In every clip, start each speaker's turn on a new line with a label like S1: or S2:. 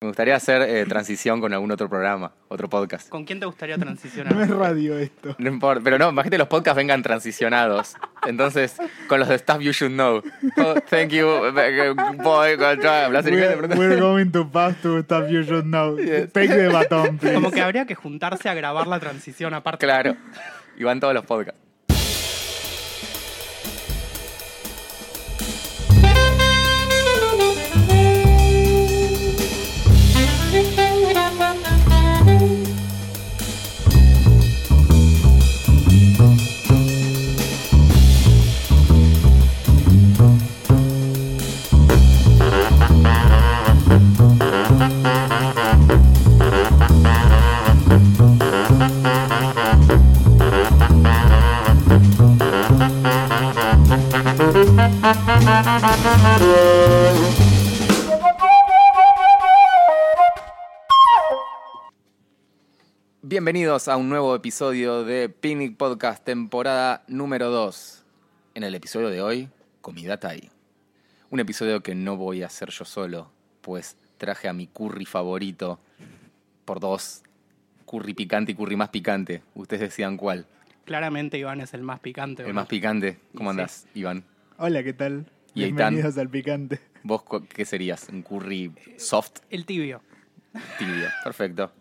S1: Me gustaría hacer eh, transición con algún otro programa, otro podcast.
S2: ¿Con quién te gustaría
S3: No es
S2: transicionar?
S3: radio esto.
S1: No importa, pero no, imagínate los podcasts vengan transicionados. Entonces, con los de Stuff You Should Know. Oh, thank you, eh, boy, hablas en inglés de
S3: We're,
S1: pronto.
S3: we're going to pass to stuff you should know.
S1: Yes.
S3: Take the baton, please.
S2: Como que habría que juntarse a grabar la transición aparte.
S1: Claro. Y van todos los podcasts. Bienvenidos a un nuevo episodio de Picnic Podcast, temporada número 2. En el episodio de hoy, comida Thai. Un episodio que no voy a hacer yo solo, pues traje a mi curry favorito por dos. Curry picante y curry más picante. Ustedes decían cuál.
S2: Claramente Iván es el más picante.
S1: El
S2: ¿verdad?
S1: más picante. ¿Cómo
S2: Y sí.
S1: andás, Iván?
S3: Hola, ¿qué tal?
S1: Y ahí están.
S3: Bienvenidos al picante.
S1: ¿Vos cu- qué serías? ¿Un curry soft?
S2: El tibio.
S1: Tibio. Perfecto.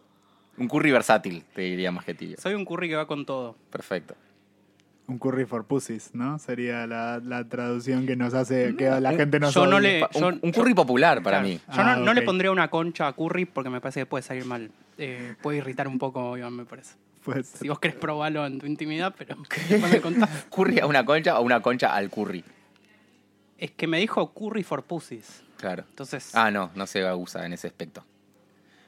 S1: Un curry versátil, te diría más que tibio.
S2: Soy un curry que va con todo.
S1: Perfecto.
S3: Un curry for pussies, ¿no? Sería la, la traducción que nos hace, que a la gente nos
S2: Mm, eh, Yo no
S3: odia.
S2: le-
S1: Pa- un,
S2: yo-
S1: un curry popular para
S2: Claro.
S1: mí.
S2: Yo
S3: Ah,
S2: no, no le
S3: ok.
S2: pondría una concha a curry porque me parece que puede salir mal. Eh, puede irritar un poco, Iván, me parece.
S3: Pues,
S2: Si vos querés probarlo en tu intimidad, pero después me contás.
S1: ¿Curry a una concha o una concha al curry?
S2: Es que me dijo curry for pussies.
S1: Claro.
S2: Entonces,
S1: Ah, no, no se usa en ese aspecto.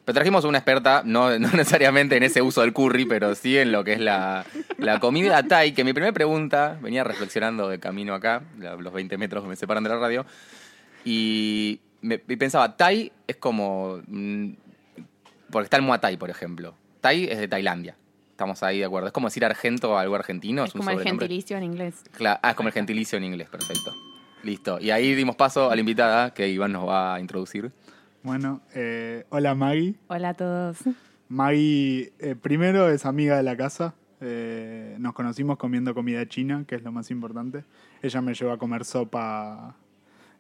S1: Pero trajimos una experta, no, no necesariamente en ese uso del curry, pero sí en lo que es la, la comida thai, que mi primera pregunta, venía reflexionando de camino acá, la- los 20 metros que me separan de la radio, y, me- y pensaba, thai es como... mm, porque está el Muay Thai, por ejemplo. Thai es de Tailandia, estamos ahí de acuerdo. Es como decir argento a algo argentino.
S4: Es como el
S1: sobrenombre.
S4: gentilicio en inglés.
S1: Cla- ah, es como el gentilicio en inglés, perfecto. Listo. Y ahí dimos paso a la invitada que Iván nos va a introducir.
S3: bueno, eh, hola Maggie.
S4: Hola a todos.
S3: Maggie, eh, primero, es amiga de la casa. Eh, nos conocimos comiendo comida china, que es lo más importante. Ella me llevó a comer sopa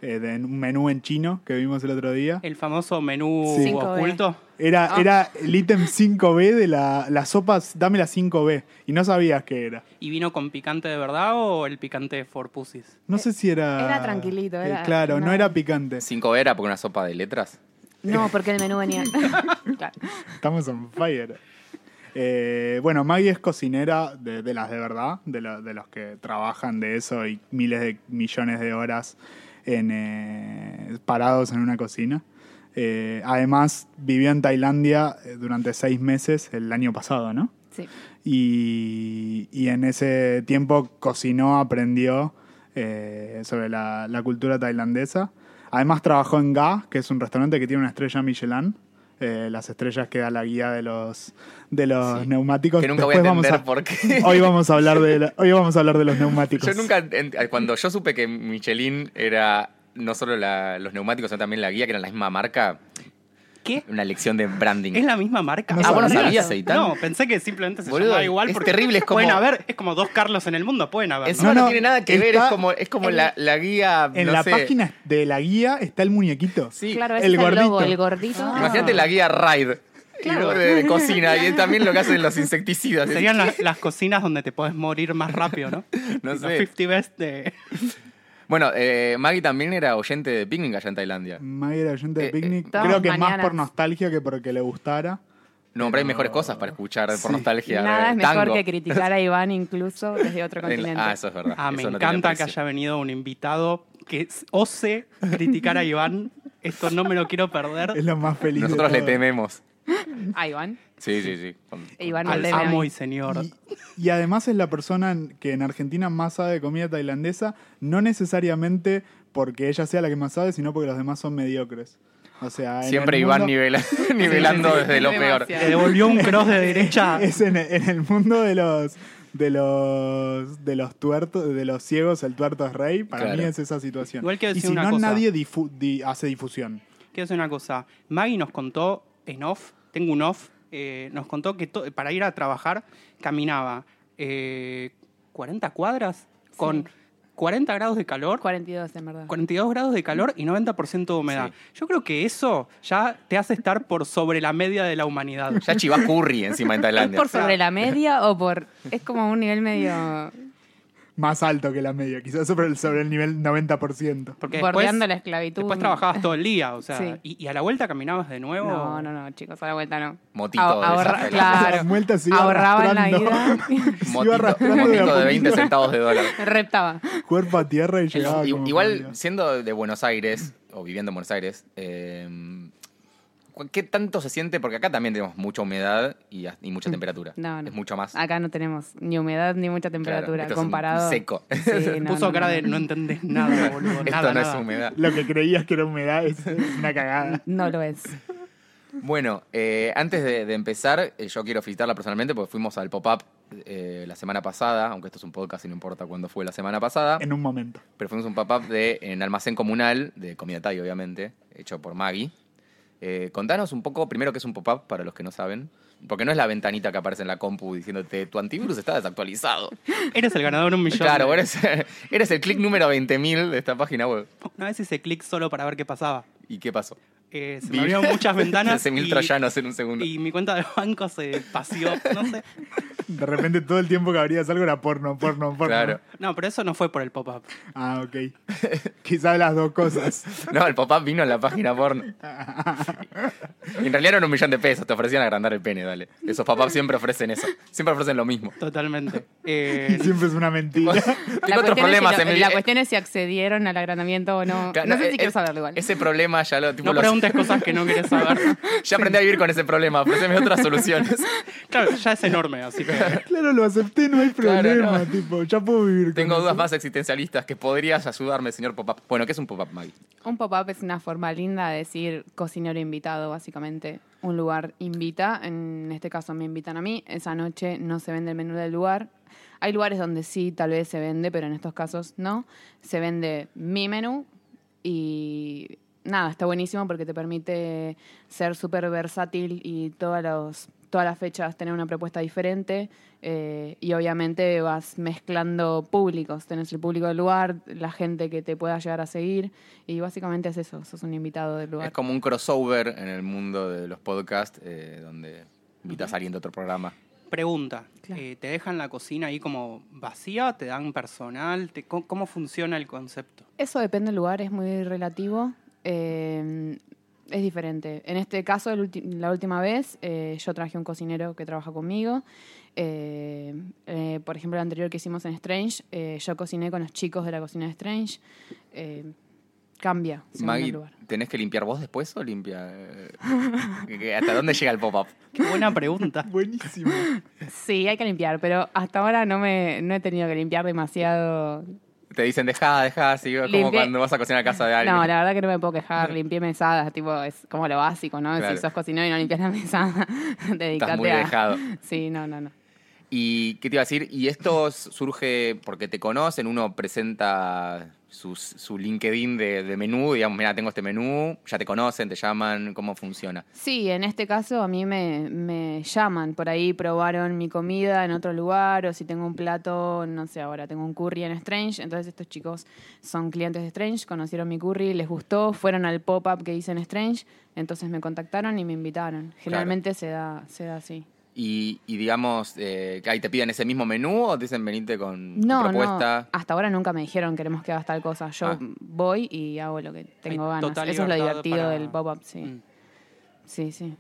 S3: eh, de un menú en chino que vimos el otro día.
S2: el famoso menú
S3: Sí.
S4: 5B.
S2: oculto.
S3: Era,
S2: Ah.
S3: era el ítem 5B de la, la sopa, dame la 5B. Y no sabías qué era.
S2: ¿Y vino con picante de verdad o el picante for pussies?
S3: No sé si era. eh,
S4: Era tranquilito, era-
S3: claro, no,
S4: no.
S3: era picante.
S1: Cinco era porque una sopa de letras.
S4: No, porque el menú venía. Claro.
S3: Estamos on fire. Eh, bueno, Maggie es cocinera de, de las de verdad, de, la- de los que trabajan de eso y miles de millones de horas en, eh, parados en una cocina. Eh, además, vivió en Tailandia eh, durante seis meses el año pasado, ¿no?
S4: Sí.
S3: y, y en ese tiempo cocinó, aprendió eh, sobre la, la cultura tailandesa. Además trabajó en Ga, que es un restaurante que tiene una estrella Michelin. Eh, las estrellas que da la guía de los, de los
S1: Sí.
S3: neumáticos.
S1: Que nunca voy a
S3: Después vamos
S1: entender por qué.
S3: Hoy vamos a hablar de la- hoy vamos a hablar de los neumáticos.
S1: Yo nunca, ent- cuando yo supe que Michelin era no solo la- los neumáticos, sino también la guía, que eran la misma marca,
S2: ¿Qué?
S1: una lección de branding.
S2: ¿Es la misma marca?
S3: No Ah, ¿vos no sabía.
S1: sabías, Eitan?
S2: No, pensé que simplemente se
S1: Boludo,
S2: llamaba igual.
S1: es
S2: porque
S1: terrible, es como-
S2: Pueden haber, es como dos Carlos en el mundo, pueden haber. ¿no?
S1: Encima no,
S3: No, no,
S1: tiene nada que ver, es
S3: está-
S1: como, es como la, la guía.
S3: En
S1: no
S3: la
S1: sé.
S3: página de la guía está el muñequito.
S1: Sí.
S4: Claro,
S3: El
S4: ese es el lobo,
S3: gordito. Ah.
S4: el gordito.
S1: Imagínate la guía Ride. y luego De, de cocina, y es también lo que hacen los insecticidas.
S2: Serían las, las cocinas donde te podés morir más rápido, ¿no?
S1: No
S2: Los
S1: sé.
S2: 50 best de...
S1: Bueno, eh, Maggie también era oyente de picnic allá en Tailandia.
S3: Maggie era oyente
S1: Eh,
S3: de picnic.
S4: eh,
S3: Creo que más
S4: mañanas.
S3: por nostalgia que porque le gustara.
S1: No, pero hay
S3: Pero-
S1: mejores cosas para escuchar por
S3: Sí.
S1: nostalgia.
S4: Nada
S1: eh,
S4: es mejor
S1: tango.
S4: que criticar a Iván incluso desde otro
S1: En-
S4: continente.
S1: Ah, eso es verdad.
S2: Ah, me
S1: eso no tiene
S2: encanta que
S1: precio.
S2: haya venido un invitado que s- ose criticar a Iván. Esto no me lo quiero
S3: Es
S2: perder.
S3: lo más feliz. de
S1: Nosotros le
S3: todo.
S1: tememos.
S4: A Ah, Iván.
S1: Sí, sí, sí. Con-
S4: E Iván
S1: con-
S4: no
S2: Al
S4: le-
S2: amo y señor.
S3: Y, y además es la persona en- que en Argentina más sabe de comida tailandesa, no necesariamente porque ella sea la que más sabe, sino porque los demás son mediocres. O sea, en
S1: Siempre
S3: el
S1: Iván
S3: mundo-
S1: nivela- nivelando
S4: sí, sí,
S1: desde lo peor.
S4: demasiado.
S2: Le devolvió un cross de derecha.
S3: es en, en el mundo de los de los de los tuertos, de los ciegos, el tuerto es rey. Para
S1: Claro.
S3: mí es esa situación.
S2: Igual quiero
S3: y
S2: decir
S3: si
S2: una
S3: no,
S2: cosa.
S3: nadie difu- di- hace difusión.
S2: quiero hacer una cosa. Maggie nos contó en off, tengo un off, eh, nos contó que to- para ir a trabajar caminaba eh, 40 cuadras con 40 grados de calor,
S4: 42, en verdad.
S2: 42 grados de calor y 90% de humedad. Yo creo que eso ya te hace estar por sobre la media de la humanidad.
S1: Ya chivás curry encima en
S4: ¿Es
S1: Tailandia.
S4: por sobre la media o por.? Es como un nivel medio.
S3: Más alto que la media, quizás sobre el, sobre el nivel 90%.
S2: Porque
S4: bordeando
S2: después,
S4: la esclavitud.
S2: después trabajabas todo el día, o sea,
S4: Sí.
S2: y, y a la vuelta caminabas de nuevo.
S4: No, no, no, chicos, a la vuelta no.
S1: Motito
S4: Ah,
S1: de
S4: ahorra-
S1: esas peladas.
S4: claro.
S3: Las vueltas se iba
S4: Ahorraba en la ida.
S3: arrastrando. Se iba
S1: Motito,
S3: arrastrando de a
S1: motito de 20
S3: poquito,
S1: centavos de dólar.
S4: Reptaba.
S3: Cuerpo a tierra y
S1: El-
S3: llegaba.
S1: i-
S3: como podía.
S1: igual, siendo de Buenos Aires, o viviendo en Buenos Aires, eh, ¿cu- ¿qué tanto se siente? Porque acá también tenemos mucha humedad y, as- y mucha temperatura.
S4: Mm. No, no.
S1: Es mucho más.
S4: Acá no tenemos ni humedad ni mucha temperatura
S1: esto es un
S4: comparado.
S1: seco.
S4: Sí, no,
S2: Puso
S4: no,
S2: cara
S4: no,
S2: de
S4: no.
S2: no entendés nada, boludo.
S1: Esto
S2: nada,
S1: no
S2: nada".
S1: es humedad.
S3: Lo que creías que era humedad es una cagada.
S4: No lo es.
S1: Bueno, eh, antes de, de empezar, eh, yo quiero felicitarla personalmente porque fuimos al pop-up eh, la semana pasada, aunque esto es un podcast y no importa cuándo fue la semana pasada.
S3: En un momento.
S1: Pero fuimos a un pop-up de, en almacén comunal, de comida Thai, obviamente, hecho por Maggie. Eh, contanos un poco, primero, qué es un pop-up, para los que no saben. Porque no es la ventanita que aparece en la compu diciéndote, tu antivirus está desactualizado.
S2: Eres el ganador de un millón.
S1: claro, eres, eres el clic número 20.000 de esta página web.
S2: Una vez hice clic solo para ver qué pasaba.
S1: ¿Y qué pasó?
S2: Eh, se
S1: Vi-
S2: me abrieron muchas ventanas.
S1: 13.000
S2: y-
S1: troyanos en un segundo.
S2: Y mi cuenta de banco se paseó, no sé.
S3: De repente todo el tiempo que abrías algo era porno, porno, porno.
S1: Claro.
S2: No, pero eso no fue por el pop-up.
S3: Ah, ok. Quizás las dos cosas.
S1: No, el pop-up vino en la página porno. Y en realidad eran un millón de pesos, te ofrecían agrandar el pene, dale. Esos pop-ups siempre ofrecen eso. Siempre ofrecen lo mismo.
S2: Totalmente.
S3: Y
S2: Eh,
S3: siempre es una mentira.
S1: Tengo otros
S4: cuestión es si
S1: problemas
S4: lo-
S1: en mi
S4: la
S1: vida.
S4: cuestión es si accedieron al agrandamiento o no.
S1: Claro,
S4: no sé si
S1: eh,
S4: quiero
S1: eh,
S4: saberlo igual.
S1: Ese problema ya lo. tipo,
S2: no
S1: los-
S2: preguntes cosas que no quieres saber.
S1: Ya aprendí a vivir con ese problema, ofreceme otras soluciones.
S2: Claro, ya es enorme, así que.
S3: claro, lo acepté, no hay
S1: Claro,
S3: problema.
S1: no.
S3: Tipo, ya puedo vivir con
S1: Tengo dudas
S3: eso.
S1: más existencialistas que podrías ayudarme, señor Pop-Up. Bueno, ¿qué es un Pop-Up, Maggie?
S4: Un pop-up es una forma linda de decir cocinero invitado, básicamente. Un lugar invita, en este caso me invitan a mí, esa noche no se vende el menú del lugar. Hay lugares donde sí, tal vez se vende, pero en estos casos no. Se vende mi menú y nada, está buenísimo porque te permite ser súper versátil y todas, los, todas las fechas tener una propuesta diferente eh, y obviamente vas mezclando públicos, tenés el público del lugar, la gente que te pueda llegar a seguir y básicamente es eso, sos un invitado del lugar.
S1: Es como un crossover en el mundo de los podcasts, eh, donde invitas a alguien de otro programa.
S2: Pregunta.
S4: Claro.
S2: eh, ¿Te dejan la cocina ahí como vacía? ¿Te dan personal? Te- ¿cómo, cómo funciona el concepto?
S4: Eso depende del lugar, es muy relativo. eh, es diferente. En este caso, el ulti- la última vez, eh, yo traje un cocinero que trabaja conmigo. Eh, eh, por ejemplo, el anterior que hicimos en Strange, eh, yo cociné con los chicos de la cocina de Strange. Eh, cambia según el
S1: Maggie,
S4: lugar.
S1: ¿tenés que limpiar vos después o limpia? eh, ¿Hasta dónde llega el Pop-Up?
S2: Qué buena pregunta.
S3: Buenísimo.
S4: Sí, hay que limpiar, pero hasta ahora no, me, no he tenido que limpiar demasiado.
S1: Te dicen, dejá, dejá, así como
S4: Limpié.
S1: cuando vas a cocinar a casa de alguien.
S4: No, la verdad que no me puedo quejar. Limpié mesadas, tipo, es como lo básico, ¿no?
S1: Claro.
S4: Si sos cocinero y no limpias la mesada, dedicate
S1: Estás muy
S4: a.
S1: dejado.
S4: Sí, no, no, no.
S1: ¿Y qué te iba a decir? Y esto surge porque te conocen, uno presenta sus- su LinkedIn de, de menú, digamos, mira, tengo este menú, ya te conocen, te llaman, ¿cómo funciona?
S4: Sí, en este caso a mí me, me llaman, por ahí probaron mi comida en otro lugar o si tengo un plato, no sé, ahora tengo un curry en Strange, entonces estos chicos son clientes de Strange, conocieron mi curry, les gustó, fueron al pop-up que hice en Strange, entonces me contactaron y me invitaron. Generalmente se da se da así.
S1: Y, y digamos, eh, ahí te piden ese mismo menú o te dicen venite con tu
S4: No, no,
S1: propuesta.
S4: hasta ahora nunca me dijeron queremos que hagas tal cosa, yo
S1: Ah.
S4: voy y hago lo que tengo
S2: Hay
S4: ganas.
S2: total
S4: Eso es lo
S2: libertad
S4: divertido
S2: para-
S4: del pop-up, sí.
S2: Mm.
S4: Sí, sí.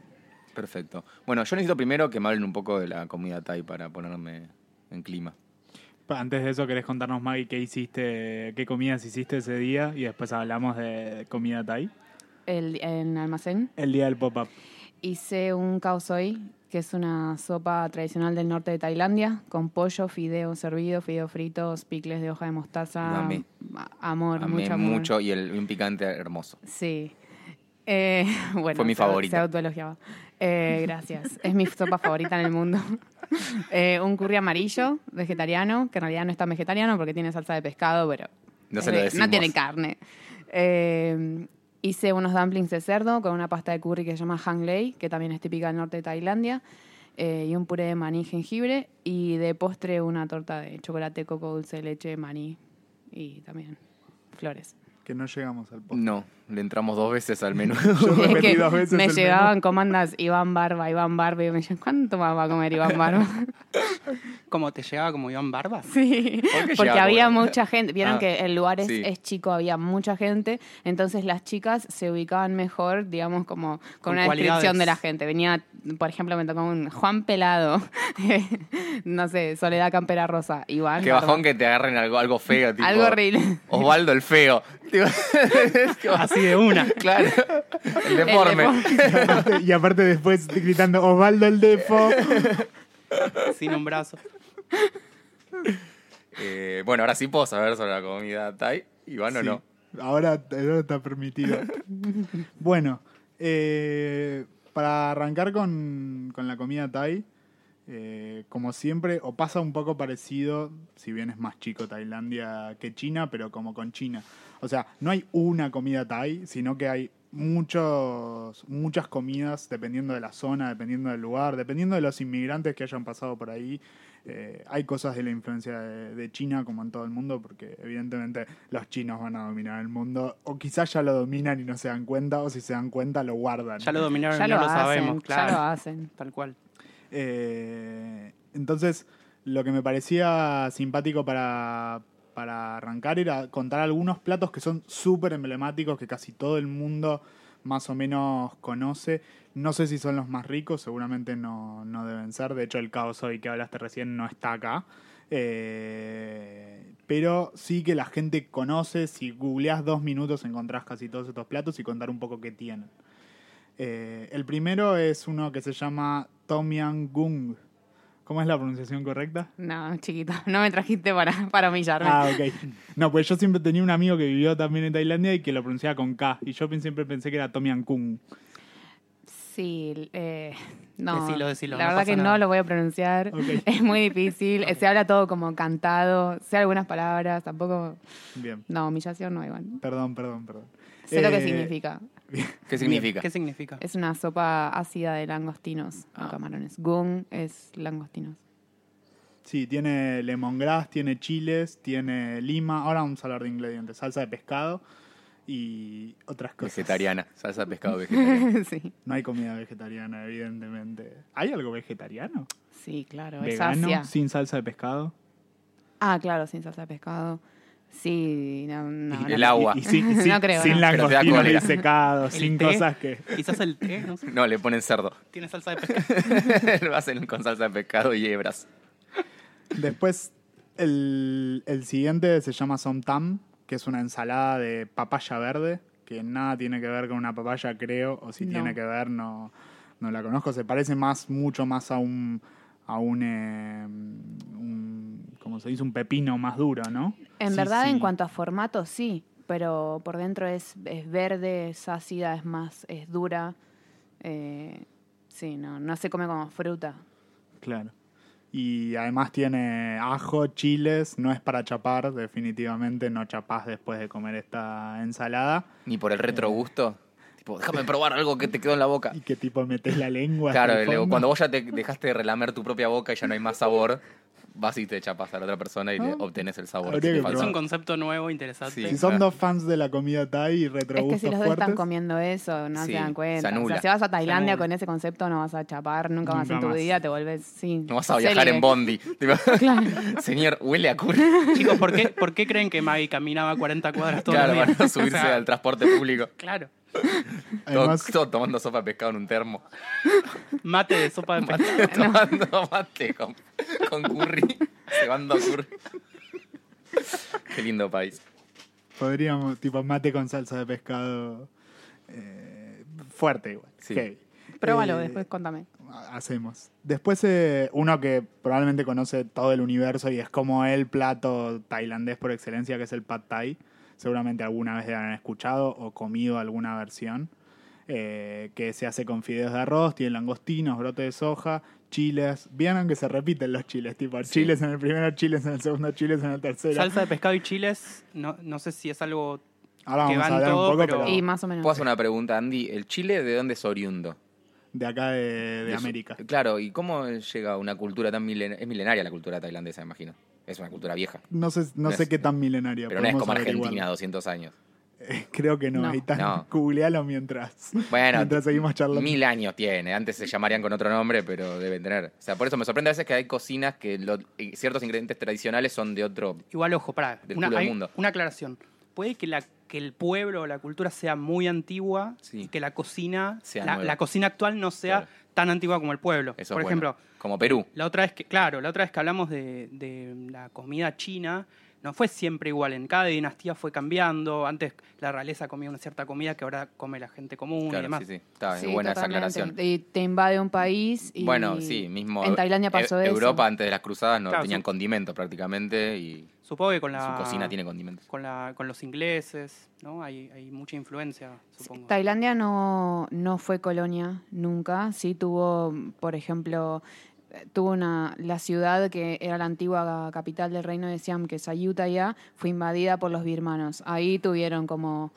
S1: Perfecto. Bueno, yo necesito primero que me hablen un poco de la comida Thai para ponerme en clima.
S3: Antes de eso, ¿querés contarnos, Maggie, qué hiciste, qué comidas hiciste ese día? Y después hablamos de comida Thai.
S4: El, en almacén.
S3: El día del pop-up.
S4: Hice un cao soi, que es una sopa tradicional del norte de Tailandia, con pollo, fideo servido, fideo fritos, picles de hoja de mostaza.
S1: Lo amé.
S4: a- Amor,
S1: Amé
S4: mucho amor.
S1: mucho y el, y un picante hermoso.
S4: Sí. Eh, bueno,
S1: Fue mi
S4: se-
S1: favorita.
S4: Se autoelogiaba. Eh, gracias. Es mi sopa favorita en el mundo. Eh, un curry amarillo, vegetariano, que en realidad no es tan vegetariano porque tiene salsa de pescado, pero
S1: No
S4: es
S1: se lo
S4: ve-
S1: decimos.
S4: tiene carne. Eh, Hice unos dumplings de cerdo con una pasta de curry que se llama Hang Lei, que también es típica del norte de Tailandia, eh, y un puré de maní y jengibre, y de postre una torta de chocolate, coco, dulce de leche, maní y también flores.
S3: Que no llegamos al postre.
S1: No, le entramos dos veces al menú.
S3: Yo
S4: Es
S3: repetí
S4: que
S3: dos veces
S4: me
S3: el menú.
S4: llegaban comandas Iván Barba, Iván Barba, y yo me decían, ¿cuánto más va a comer Iván Barba?
S2: Como te llegaba como Iván Barba.
S4: Sí,
S1: ¿Por qué
S4: porque
S1: llegaba
S4: había
S1: como-
S4: mucha gente. Vieron
S1: Ah,
S4: que el lugar es,
S1: sí.
S4: es chico, había mucha gente. Entonces las chicas se ubicaban mejor, digamos, como con,
S2: Con
S4: una
S2: cualidades.
S4: descripción de la gente. Venía, por ejemplo, me tocó un Juan Pelado, no sé, Soledad Campera Rosa, Iván.
S1: Qué
S4: Barba.
S1: bajón que te agarren algo, algo feo, tipo.
S4: Algo horrible.
S1: Osvaldo el feo. Tipo, es como-
S2: Así de una.
S1: claro. El deforme.
S4: El deforme.
S3: Y aparte- y aparte después gritando Osvaldo el Defo.
S2: Sin un brazo.
S1: Eh, bueno, ahora sí puedo saber sobre la comida Thai. Iván o
S3: Sí,
S1: no.
S3: Ahora, ahora está permitido. bueno, eh, para arrancar con, con la comida Thai, eh, como siempre, o pasa un poco parecido, si bien es más chico Tailandia que China, pero como con China. O sea, no hay una comida Thai, sino que hay muchos, muchas comidas dependiendo de la zona, dependiendo del lugar, dependiendo de los inmigrantes que hayan pasado por ahí. Eh, hay cosas de la influencia de, de China, como en todo el mundo, porque evidentemente los chinos van a dominar el mundo, o quizás ya lo dominan y no se dan cuenta, o si se dan cuenta lo guardan.
S2: Ya lo dominaron,
S4: Ya
S2: no
S4: lo,
S2: lo,
S4: hacen,
S2: sabemos, claro.
S4: ya lo hacen.
S2: Tal cual.
S3: Eh, entonces, lo que me parecía simpático para, para arrancar era contar algunos platos que son súper emblemáticos, que casi todo el mundo más o menos conoce. No sé si son los más ricos, seguramente no, no deben ser. De hecho, el caos hoy que hablaste recién no está acá. Eh, pero sí que la gente conoce, si googleás dos minutos encontrás casi todos estos platos y contar un poco qué tienen. Eh, el primero es uno que se llama Tom Yam Gung. ¿Cómo es la pronunciación correcta?
S4: No, chiquito, no me trajiste para, para humillarme.
S3: Ah, ok. No, pues yo siempre tenía un amigo que vivió también en Tailandia y que lo pronunciaba con K. Y yo pen- siempre pensé que era Tom Yam Kung.
S4: Sí, eh, no.
S2: Decilo, decilo,
S4: la
S2: no
S4: verdad
S2: pasa
S4: que
S2: nada.
S4: no lo voy a pronunciar.
S3: Ok.
S4: Es muy difícil. Se habla todo como cantado. Sé algunas palabras, tampoco.
S3: Bien.
S4: No, humillación no, Iván.
S3: Perdón, perdón, perdón.
S4: Sé lo que
S3: Eh,
S4: significa.
S1: ¿Qué significa?
S2: ¿Qué significa?
S4: Es una sopa ácida de langostinos, no
S1: Ah.
S4: camarones. Gung es langostinos.
S3: Sí, tiene lemongrass, tiene chiles, tiene lima. Ahora vamos a hablar de ingredientes. Salsa de pescado y otras cosas.
S1: Vegetariana. Salsa de pescado vegetariana.
S4: sí.
S3: No hay comida vegetariana, evidentemente. ¿Hay algo vegetariano?
S4: Sí, claro, es
S3: ¿Vegano?
S4: Asia.
S3: ¿Sin salsa de pescado?
S4: Ah, claro, sin salsa de pescado. Sí, no, no,
S1: el
S4: no.
S1: agua.
S3: Y, y sin, y sin-
S4: No creo,
S3: sin
S4: no.
S1: Pero te da
S3: langostinos
S1: cólera.
S3: ni secados,
S2: ¿El
S3: sin
S2: té?
S3: cosas que...
S2: Quizás el té, no sé.
S1: No, le ponen cerdo.
S2: Tiene salsa de pescado.
S1: Lo hacen con salsa de pescado y hebras.
S3: Después, el, el siguiente se llama Somtam, que es una ensalada de papaya verde, que nada tiene que ver con una papaya, creo, o si
S4: No.
S3: tiene que ver, no, no la conozco. Se parece más, mucho más a un... A un, eh, un- ¿Cómo se dice? Un pepino más duro, ¿no?
S4: En
S3: Sí,
S4: verdad,
S3: sí.
S4: en cuanto a formato, sí, pero por dentro es, es verde, es ácida, es más, es dura. Eh, sí, no, no se come como fruta.
S3: Claro. Y además tiene ajo, chiles, no es para chapar, definitivamente no chapás después de comer esta ensalada.
S1: Ni por el
S4: Eh.
S1: retrogusto. Tipo, déjame probar algo que te quedó en la boca.
S3: Y que tipo metes la lengua. hasta
S1: Claro,
S3: el
S1: le-
S3: fondo.
S1: cuando vos ya te dejaste de relamer tu propia boca y ya no hay más sabor, vas y te chapas a la otra persona y le
S3: Ah.
S1: obtenés el sabor.
S3: Habría
S1: que
S3: que
S1: te
S2: Es
S1: falta.
S2: un concepto nuevo, interesante.
S1: Sí.
S3: Si son dos fans de la comida Thai y
S4: Es que
S3: retrobustos
S4: si los dos
S3: fuertes,
S4: están comiendo eso, no
S1: Sí,
S4: se dan cuenta.
S1: se
S4: O sea,
S1: anula.
S4: si vas a Tailandia
S2: anula.
S4: con ese concepto, no vas a chapar nunca más
S3: Nunca
S4: en tu
S3: más.
S4: vida, te vuelves sin.
S1: no vas a viajar en bondi. Tipo, Señor, huele a curry.
S2: Chicos, ¿por qué, ¿por qué creen que Maggie caminaba 40 cuadras todos
S1: Claro,
S2: los
S1: para
S2: días?
S1: no
S2: O
S1: subirse
S2: sea,
S1: al transporte público.
S2: Claro.
S1: Todo,
S3: además,
S1: todo tomando sopa de pescado en un termo.
S2: Mate de sopa de pescado.
S1: Tomando mate con, con curry. Cebando curry. Qué lindo país.
S3: podríamos, tipo mate con salsa de pescado eh, fuerte igual.
S1: Sí.
S3: heavy.
S4: Pruébalo
S3: Eh,
S4: después, contame.
S3: Hacemos. Después eh, uno que probablemente conoce todo el universo y es como el plato tailandés por excelencia, que es el pad thai. Seguramente alguna vez lo han escuchado o comido alguna versión. eh, que se hace con fideos de arroz, tiene langostinos, brote de soja, chiles. Vieron que se repiten los chiles, tipo chiles en el primero, chiles en el segundo, chiles en el tercero.
S2: Salsa de pescado y chiles, no, no sé si es algo
S3: Ahora
S2: Que
S3: vamos
S2: van
S3: a hablar
S2: todo,
S3: un poco,
S2: pero-
S3: pero,
S4: Y más o menos.
S1: Puedo hacer una pregunta, Andy. ¿El Chile de dónde es oriundo?
S3: de acá de, de
S1: su-
S3: América.
S1: Claro, ¿y cómo llega una cultura tan milenaria? Es milenaria la cultura tailandesa, imagino. Es una cultura vieja.
S3: No sé, no
S1: No
S3: sé
S1: es-
S3: qué tan milenaria.
S1: Pero no es
S3: podemos
S1: como
S3: averiguarlo.
S1: Argentina, 200 años.
S3: Creo que no.
S4: No.
S3: Ahí
S1: No.
S3: tan googlealo mientras,
S1: Bueno,
S3: mientras seguimos charlando.
S1: mil años tiene. Antes se llamarían con otro nombre, pero deben tener. O sea, por eso me sorprende a veces que hay cocinas que lo- eh, ciertos ingredientes tradicionales son de otro.
S2: Igual, ojo, pará.
S1: Del
S2: Una,
S1: culo del
S2: hay
S1: mundo.
S2: una aclaración. Puede que, la, que el pueblo o la cultura sea muy antigua
S1: Sí.
S2: y que la cocina,
S1: Sea
S2: la,
S1: nueva.
S2: la cocina actual no sea
S1: Claro.
S2: tan antigua como el pueblo.
S1: Eso
S2: Por
S1: es bueno.
S2: ejemplo,
S1: Como Perú.
S2: la otra vez que, claro, la otra vez que hablamos de, de la comida china, no fue siempre igual. En cada dinastía fue cambiando. Antes la realeza comía una cierta comida que ahora come la gente común y
S1: Claro,
S2: demás.
S1: sí, sí. Está, es
S4: Sí,
S1: buena esa
S4: totalmente.
S1: aclaración.
S4: Y te invade un país y...
S1: Bueno, sí, mismo.
S4: En Tailandia
S1: Eu-
S4: pasó eso.
S1: Europa antes de las cruzadas no
S2: Claro,
S1: tenían
S2: su-
S1: condimento prácticamente y
S2: Supongo que con la
S1: su cocina tiene condimentos.
S2: con, la, con los ingleses, ¿no? Hay, hay mucha influencia, supongo.
S4: Tailandia no, no fue colonia nunca. Sí tuvo, por ejemplo, eh, tuvo una la ciudad que era la antigua capital del reino de Siam, que es Ayutthaya, fue invadida por los birmanos. Ahí tuvieron como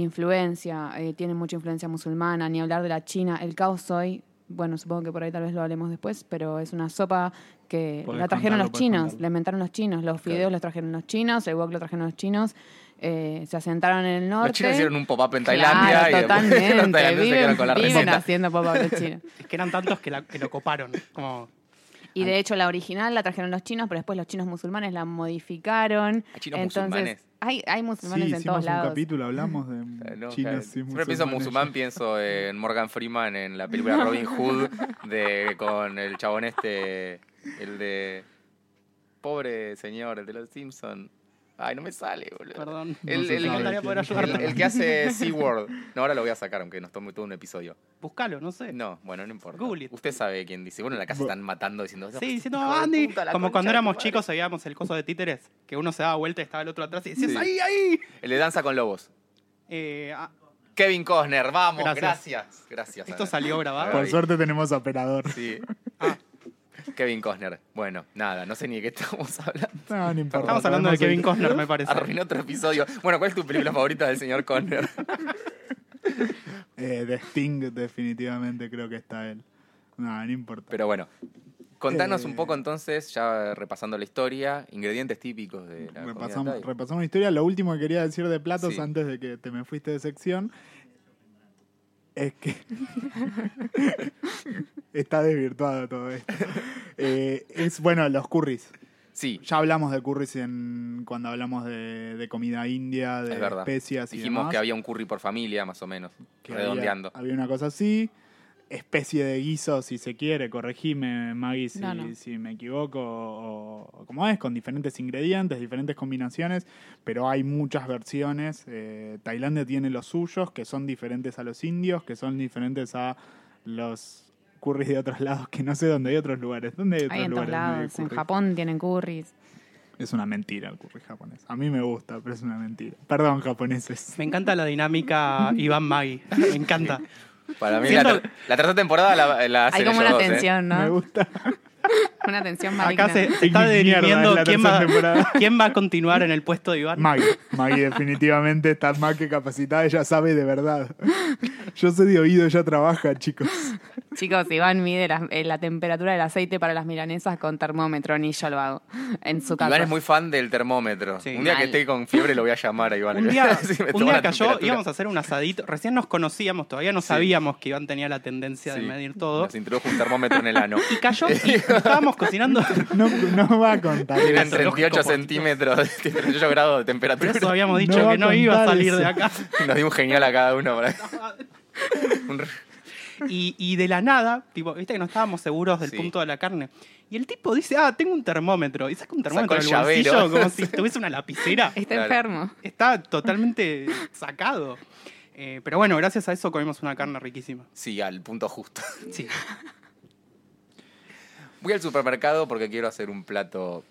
S4: influencia, eh, tienen mucha influencia musulmana, ni hablar de la China, el caos soy. Bueno, supongo que por ahí tal vez lo hablemos después, pero es una sopa que
S3: Podés
S4: la trajeron
S3: contarlo,
S4: los
S3: podés
S4: chinos,
S3: contarlo.
S4: la inventaron los chinos, los fideos los trajeron los chinos, el wok lo trajeron los chinos, eh, se asentaron en el norte.
S1: Los chinos hicieron un pop-up en
S4: Claro,
S1: Tailandia y después
S4: totalmente.
S1: los tailandeses se quedaron
S4: viven,
S1: con la
S4: viven
S1: receta.
S4: haciendo pop up chinos.
S2: Es que eran tantos que, la- que lo coparon. Como,
S4: Y de hecho la original la trajeron los chinos, pero después los chinos musulmanes la modificaron.
S1: ¿Hay chinos
S4: Entonces,
S1: musulmanes?
S4: Hay, hay
S3: Sí,
S4: musulmanes en
S3: hicimos
S4: todos
S3: un
S4: lados.
S3: capítulo, hablamos de
S1: Eh, no, claro.
S3: chinos y
S1: Siempre pienso en
S3: musulmanes.
S1: musulmán, pienso en Morgan Freeman en la película Robin Hood de, con el chabón este, el de... Pobre señor, el de los Simpsons. Ay, no me sale, boludo.
S2: perdón.
S3: No
S1: El-
S3: se
S1: el-
S2: me
S3: sabe
S2: encantaría
S3: quién
S2: poder
S3: es.
S2: ayudarte.
S1: El, el que hace SeaWorld. No, ahora lo voy a sacar, aunque nos tome todo un episodio.
S2: Buscalo, no sé.
S1: No, bueno, no importa.
S2: Google it.
S1: Usted sabe quién dice. Bueno, en la casa
S3: Bu-
S1: están matando diciendo...
S2: Sí, diciendo,
S1: "Hijo de
S2: Andy,
S1: puta, la
S2: como
S1: concha
S2: cuando
S1: de tu
S2: éramos
S1: madre".
S2: chicos veíamos el coso de títeres, que uno se daba vuelta y estaba el otro atrás y decías,
S1: Sí.
S2: ahí, ahí.
S1: El de Danza con Lobos.
S2: Eh, ah,
S1: Kevin Costner, vamos,
S2: Gracias.
S1: gracias. Gracias.
S2: esto Ah.
S1: Ana.
S2: salió grabado.
S1: Ahora-
S3: Por suerte tenemos operador.
S1: Sí. Kevin Costner. Bueno, nada, no sé ni de qué estamos hablando.
S3: No, no importa.
S2: Estamos hablando de
S3: podemos
S2: Kevin
S3: seguir.
S2: Costner, me parece.
S1: Arruinó otro episodio. Bueno, ¿cuál es tu película favorita del señor Costner?
S3: Eh, de Sting, definitivamente creo que está él. No, no importa.
S1: Pero bueno, contanos
S3: Eh.
S1: un poco entonces, ya repasando la historia, ingredientes típicos de la
S3: repasamos,
S1: comida thai.
S3: repasamos la historia. Lo último que quería decir de platos
S1: Sí.
S3: antes de que te me fuiste de sección es que está desvirtuado todo esto. Eh, es bueno, los curries.
S1: Sí,
S3: Ya hablamos de curries en, cuando hablamos de, de comida india, de
S1: Es verdad.
S3: especias y
S1: dijimos
S3: demás.
S1: que había un curry por familia, más o menos,
S3: que había-
S1: redondeando.
S2: Ah,
S3: Había, una cosa así. Especie de guiso, si se quiere, corregime, Maggie, si,
S4: No, no.
S3: si me equivoco, o, o como es, con diferentes ingredientes, diferentes combinaciones, pero hay muchas versiones. Eh, Tailandia tiene los suyos, que son diferentes a los indios, que son diferentes a los curries de otros lados, que no sé dónde hay otros lugares. ¿Dónde hay otros
S4: Hay en todos
S3: lugares? donde hay
S4: lados. En
S3: curry?
S4: Japón tienen curries.
S3: Es una mentira el curry japonés. A mí me gusta, pero es una mentira. Perdón, japoneses.
S2: Me encanta la dinámica Iván Magui. Me encanta.
S1: Para mí,
S2: Siento-
S1: la, ter- la tercera temporada la, la hacen
S4: Hay como
S1: ellos
S4: una
S1: dos, ¿eh?
S4: tensión,
S3: Me
S4: ¿no?
S3: gusta.
S4: Una tensión maligna.
S2: Acá se, se está
S3: Mierda, es la
S2: definiendo quién
S3: tercera
S2: va,
S3: temporada.
S2: quién va a continuar en el puesto de Iván.
S3: Maggie, Maggie definitivamente está más que capacitada, ella sabe de verdad. Yo sé de oído, ella trabaja, chicos.
S4: Chicos, Iván mide la, eh, la temperatura del aceite para las milanesas con termómetro, ni yo lo hago. En su casa.
S1: Iván es muy fan del termómetro.
S2: Sí.
S1: un día que
S4: Mal.
S1: esté con fiebre lo voy a llamar a Iván.
S2: Un día,
S1: Si me
S2: un
S1: toma
S2: día
S1: la
S2: cayó,
S1: temperatura.
S2: íbamos a hacer un asadito. Recién nos conocíamos, todavía no
S1: Sí.
S2: sabíamos que Iván tenía la tendencia de
S1: Sí.
S2: medir todo.
S1: Nos introdujo un termómetro en el ano.
S2: Y cayó y estábamos cocinando.
S3: No, no va a contar.
S1: Tienen
S2: Los
S1: 38
S2: locos,
S1: centímetros, 38 grados de
S2: Por eso
S1: temperatura.
S2: habíamos dicho
S3: No va
S2: que
S3: a
S2: no iba a
S3: contar
S2: salir
S3: eso.
S2: de acá.
S1: Nos dio un genial a cada uno. para- Un re-
S2: Y, y de la nada, tipo, viste que no estábamos seguros del
S1: Sí.
S2: punto de la carne. Y el tipo dice, ah, tengo un termómetro. Y saca un termómetro
S1: el
S2: del bolsillo
S1: llavero.
S2: como si tuviese una lapicera.
S4: Está
S1: Claro.
S4: enfermo.
S2: Está totalmente sacado. Eh, pero bueno, gracias a eso comimos una carne riquísima.
S1: Sí, al punto justo.
S2: Sí.
S1: Voy al supermercado porque quiero hacer un plato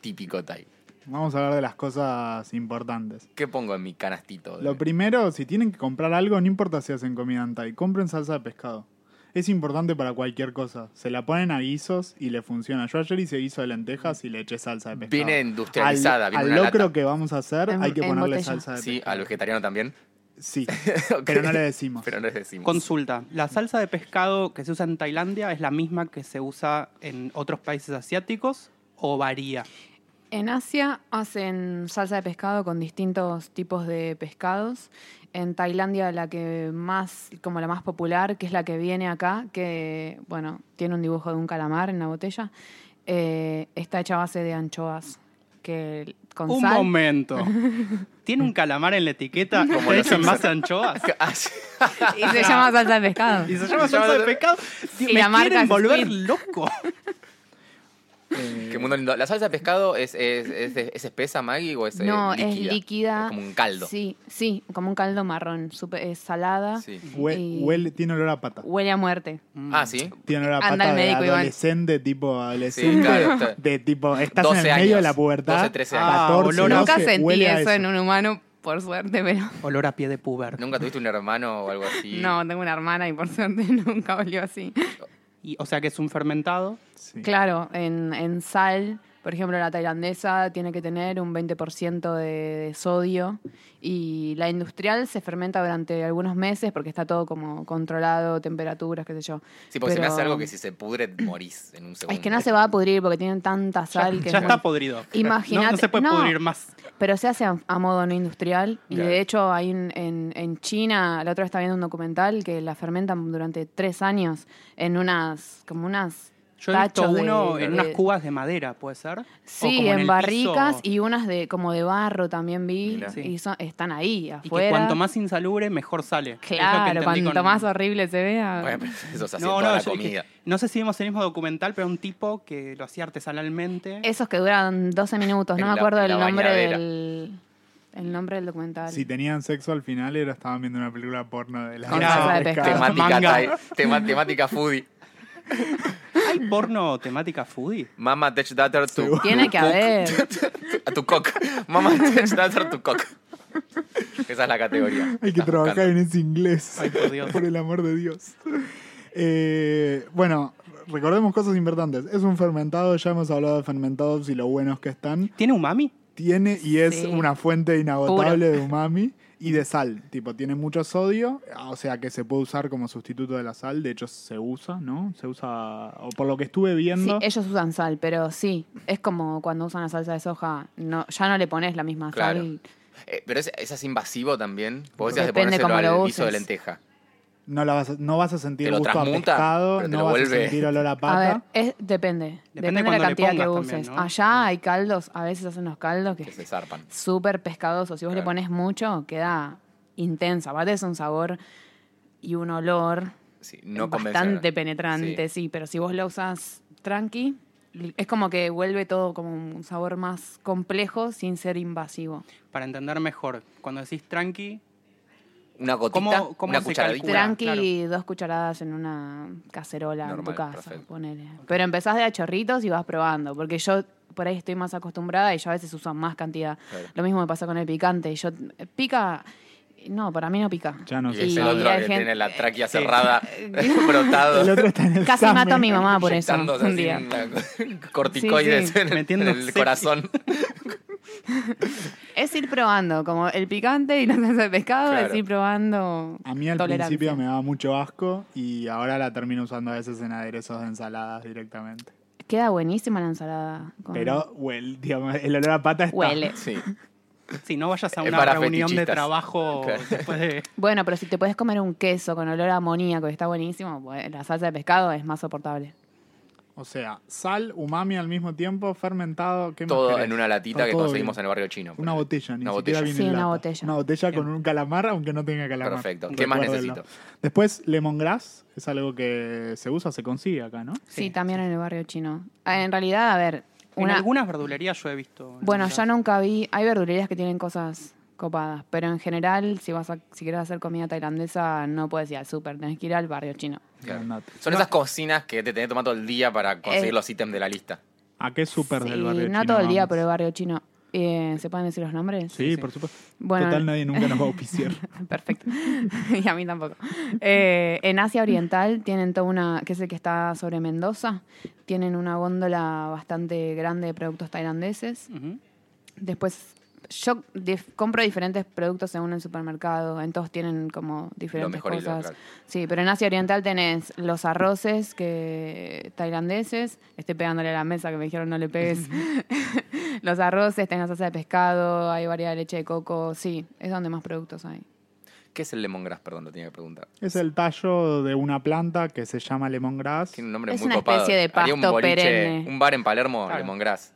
S1: típico Thai.
S3: Vamos a hablar de las cosas importantes.
S1: ¿Qué pongo en mi canastito? de-
S3: Lo primero, si tienen que comprar algo, no importa si hacen comida en Thai, compren salsa de pescado. es importante para cualquier cosa. Se la ponen a guisos y le funciona. Yo ayer hice guiso de lentejas y le eché salsa de pescado.
S1: Viene industrializada,
S3: Al,
S1: viene
S3: al
S1: una
S3: locro
S1: lata.
S3: que vamos a hacer
S4: En-
S3: hay que
S4: en
S3: ponerle
S4: botella.
S3: salsa de
S1: Sí,
S3: pescado.
S1: al vegetariano también.
S3: Sí,
S1: Ok.
S3: pero no le decimos.
S1: Pero no les decimos.
S2: Consulta, ¿la salsa de pescado que se usa en Tailandia es la misma que se usa en otros países asiáticos o varía?
S4: En Asia hacen salsa de pescado con distintos tipos de pescados. En Tailandia la que más, como la más popular, que es la que viene acá, que bueno, tiene un dibujo de un calamar en la botella, eh, está hecha a base de anchoas. Que con
S2: Un
S4: sal.
S2: momento. ¿Tiene un calamar en la etiqueta
S1: Como
S2: que
S1: los
S2: hecho en
S1: Simpson.
S2: base a anchoas?
S1: Ah, sí.
S4: Y se llama salsa de pescado.
S2: Y se llama salsa de pescado.
S4: Y
S2: Me
S4: la marca
S2: quieren
S4: es
S2: volver
S4: Speed.
S2: loco.
S3: Eh,
S1: Qué mundo lindo. ¿La salsa de pescado es, es, es, es espesa, Maggie, o es eh,
S4: no,
S1: líquida?
S4: es líquida.
S1: Es como un caldo.
S4: Sí, sí, como un caldo marrón, súper- es salada.
S1: Sí.
S3: hue-
S4: Y-
S3: huele- tiene olor a pata.
S4: Huele a muerte.
S1: Ah, sí.
S3: Tiene olor a
S4: Anda
S3: pata
S4: al médico,
S3: de
S4: Iván.
S3: adolescente, tipo adolescente.
S1: claro, está-
S3: de tipo, estás
S1: 12
S3: en el medio de
S1: años,
S3: la pubertad.
S1: 12, 13
S2: años. Ah,
S3: 14,
S2: olor a-
S4: Nunca
S3: 12,
S4: sentí
S3: huele a
S4: eso en un humano, por suerte, pero.
S2: Olor a pie de puber.
S1: ¿Nunca tuviste un hermano o algo así?
S4: No, tengo una hermana y por suerte nunca olió así.
S2: Y, o sea que es un fermentado.
S3: Sí.
S4: Claro, en, en sal, por ejemplo, la tailandesa tiene que tener un 20% de, de sodio y la industrial se fermenta durante algunos meses porque está todo como controlado, temperaturas, qué sé yo.
S1: Sí, porque se me
S4: Pero-
S1: hace algo que si se pudre, morís en un segundo.
S4: Es que no se va a pudrir porque tienen tanta sal que...
S2: ya
S4: es
S2: está
S4: muy-
S2: podrido.
S4: Imagínate-
S2: No, no se puede
S4: no.
S2: pudrir más.
S4: Pero se hace a, a modo no industrial. Y
S1: Claro.
S4: de hecho, hay un- en, en China, la otra vez estaba viendo un documental que la fermentan durante tres años en unas, como unas.
S2: Yo he visto
S4: tachos de-
S2: uno en
S4: de-
S2: unas cubas de madera, ¿puede ser? O
S4: Sí,
S2: como
S4: en,
S2: el
S4: barricas
S2: piso.
S4: y unas de como de barro también vi.
S1: Mirá.
S2: Sí.
S4: Y son- están ahí,
S2: Y que
S4: afuera.
S2: cuanto más insalubre, mejor sale. Es lo que
S4: Claro,
S2: entendí
S4: cuanto
S2: con-
S4: más horrible se vea.
S1: Bueno, pero eso se hace en
S2: No,
S1: toda
S2: no,
S1: la
S2: yo dije-
S1: comida.
S2: no sé si vimos el mismo documental, pero un tipo que lo hacía artesanalmente.
S4: Esos que duran 12 minutos,
S1: En
S4: no
S1: la-
S4: me acuerdo
S1: en
S4: el
S1: la
S4: nombre
S1: bañadera.
S4: del. El nombre del documental.
S3: Si tenían sexo al final, era, estaban viendo una película porno de la
S4: Con
S3: salsa
S4: salsa de pescado.
S3: pescado.
S1: Temática,
S2: Ah, Manga.
S1: thai- tema- temática foodie.
S2: ¿Hay porno temática foodie?
S1: Mama touch daughter to
S4: Tiene que haber.
S1: a tu cock. Mama touch daughter to cock. Esa es la categoría.
S3: Hay que
S1: Estás
S3: trabajar
S1: buscando.
S3: en ese inglés.
S2: Ay, por Dios.
S3: el amor de Dios. Eh, bueno, recordemos cosas importantes. Es un fermentado, ya hemos hablado de fermentados y lo buenos que están.
S2: ¿Tiene umami?
S3: Tiene y es
S4: Sí.
S3: una fuente inagotable de umami y de sal. Tipo, tiene mucho sodio, o sea que se puede usar como sustituto de la sal. De hecho, se usa, ¿no? Se usa, o por lo que estuve
S4: Sí,
S3: viendo.
S4: ellos usan sal, pero sí, es como cuando usan la salsa de soja, no, ya no le pones la misma
S1: Claro.
S4: sal.
S1: Eh, pero es, ese es invasivo también. Vos decías de
S4: Depende
S1: ponérselo
S4: cómo
S1: al
S4: lo
S1: guiso de
S4: uses.
S1: lenteja.
S3: No, la vas a, no vas a sentir
S1: Te lo
S3: gusto a
S1: transmuta,
S3: pescado,
S1: pero te
S3: no
S1: lo
S3: vas
S1: vuelve-
S3: a sentir olor a
S4: A
S3: pata.
S4: ver, es, depende. Depende, de
S2: cuando
S4: la
S2: le
S4: cantidad que
S2: pongas también,
S4: uses.
S2: ¿no?
S4: Allá hay caldos, a veces hacen unos caldos que
S1: Que se
S4: es
S1: zarpan.
S4: súper pescadoso. Si vos le
S1: Claro.
S4: pones mucho, queda intensa. Aparte es un sabor y un olor
S1: Sí, no
S4: bastante
S1: convencional.
S4: penetrante, sí. pero si vos lo usas tranqui, es como que vuelve todo como un sabor más complejo sin ser invasivo.
S2: Para entender mejor, cuando decís tranqui,
S1: Una gotita,
S2: ¿Cómo- cómo
S1: una
S2: se
S1: cucharadita.
S2: calcula?
S4: Tranqui,
S2: claro.
S4: dos cucharadas en una cacerola en
S1: Normal,
S4: tu casa,
S1: perfecto.
S4: ponele. Pero empezás de a chorritos y vas probando, porque yo por ahí estoy más acostumbrada y yo a veces uso más cantidad.
S1: Claro.
S4: Lo mismo me pasa con el picante. Yo pica, no, para mí no pica.
S3: Ya no
S1: Y
S3: sé.
S1: es
S4: Y
S1: el otro
S4: hay
S1: que
S4: gente-
S1: tiene la tráquea
S2: Sí.
S1: cerrada, brotado.
S3: El otro está en el
S4: Casi
S3: examen.
S4: mato a mi mamá Ah, por eso
S1: inyectándose
S4: un
S1: así
S4: día.
S1: una- corticoides
S4: Sí, sí.
S1: en el-
S2: Metiendo
S1: en el
S2: sexy.
S1: corazón.
S4: Es ir probando, como el picante y la salsa de pescado,
S1: Claro.
S4: es ir probando.
S3: A mí al
S4: tolerancia.
S3: principio me daba mucho asco y ahora la termino usando a veces en aderezos de ensaladas directamente.
S4: Queda buenísima la ensalada. con-
S3: Pero huel- digamos, el olor a pata está.
S4: Huele.
S1: Sí.
S2: si no vayas a
S1: Es
S2: una
S1: para
S2: reunión de
S1: fetichistas.
S2: trabajo
S1: Claro.
S2: después de...
S4: Bueno, pero si te puedes comer un queso con olor a amoníaco y está buenísimo, pues, la salsa de pescado es más soportable.
S3: O sea, sal, umami al mismo tiempo, fermentado, ¿qué más
S1: Todo
S3: querés?
S1: en una latita
S3: Está
S1: que
S3: todo
S1: conseguimos
S3: bien.
S1: en el barrio chino.
S3: Una botella, ni
S1: Una botella.
S3: siquiera viene
S4: Sí,
S3: en
S4: una
S3: lata.
S4: botella.
S3: Una botella con
S2: Bien.
S3: un calamar, aunque no tenga calamar.
S1: Perfecto. ¿Qué más
S3: Recuérdenlo.
S1: necesito?
S3: Después, lemongrass es algo que se usa, se consigue acá, ¿no?
S4: Sí,
S2: Sí,
S4: también en el barrio chino. Ah, En realidad, a ver, una...
S2: En algunas verdulerías yo he visto.
S4: Bueno,
S2: algunas.
S4: yo nunca vi... Hay verdulerías que tienen cosas copadas, pero en general, si vas a, si quieres hacer comida tailandesa, no puedes ir al súper, tenés que ir al barrio chino.
S1: Claro.
S3: Andate.
S1: Son esas cocinas que te tenés tomado todo el día para conseguir
S4: Eh,
S1: los ítems de la lista.
S3: ¿A qué súper
S4: Sí,
S3: del barrio
S4: no
S3: chino
S4: todo el día,
S3: vamos?
S4: pero el barrio chino. Eh, ¿Se pueden decir los nombres?
S3: Sí, por supuesto.
S4: Bueno,
S3: Total, nadie nunca nos va a auspiciar.
S4: Perfecto. y a mí tampoco. Eh, en Asia Oriental tienen toda una, que es el que está sobre Mendoza, tienen una góndola bastante grande de productos tailandeses.
S2: Ujú.
S4: Después, yo dif- compro diferentes productos según el supermercado, en todos tienen como diferentes
S1: mejor y lo
S4: cosas.
S1: local.
S4: Sí, pero en Asia Oriental tenés los arroces que tailandeses, estoy pegándole a la mesa que me dijeron no le pegues. los arroces, tenés salsa de pescado, hay variedad de leche de coco, sí, es donde más productos hay.
S1: ¿Qué es el lemongrass? Perdón, lo tenía que preguntar.
S3: Es el tallo de una planta que se llama lemongrass.
S1: Tiene un nombre
S4: Es
S1: muy
S4: una
S1: copado.
S4: especie de
S1: Haría un
S4: pasto
S1: boliche,
S4: perenne.
S1: Un bar en Palermo,
S2: Claro.
S1: lemongrass.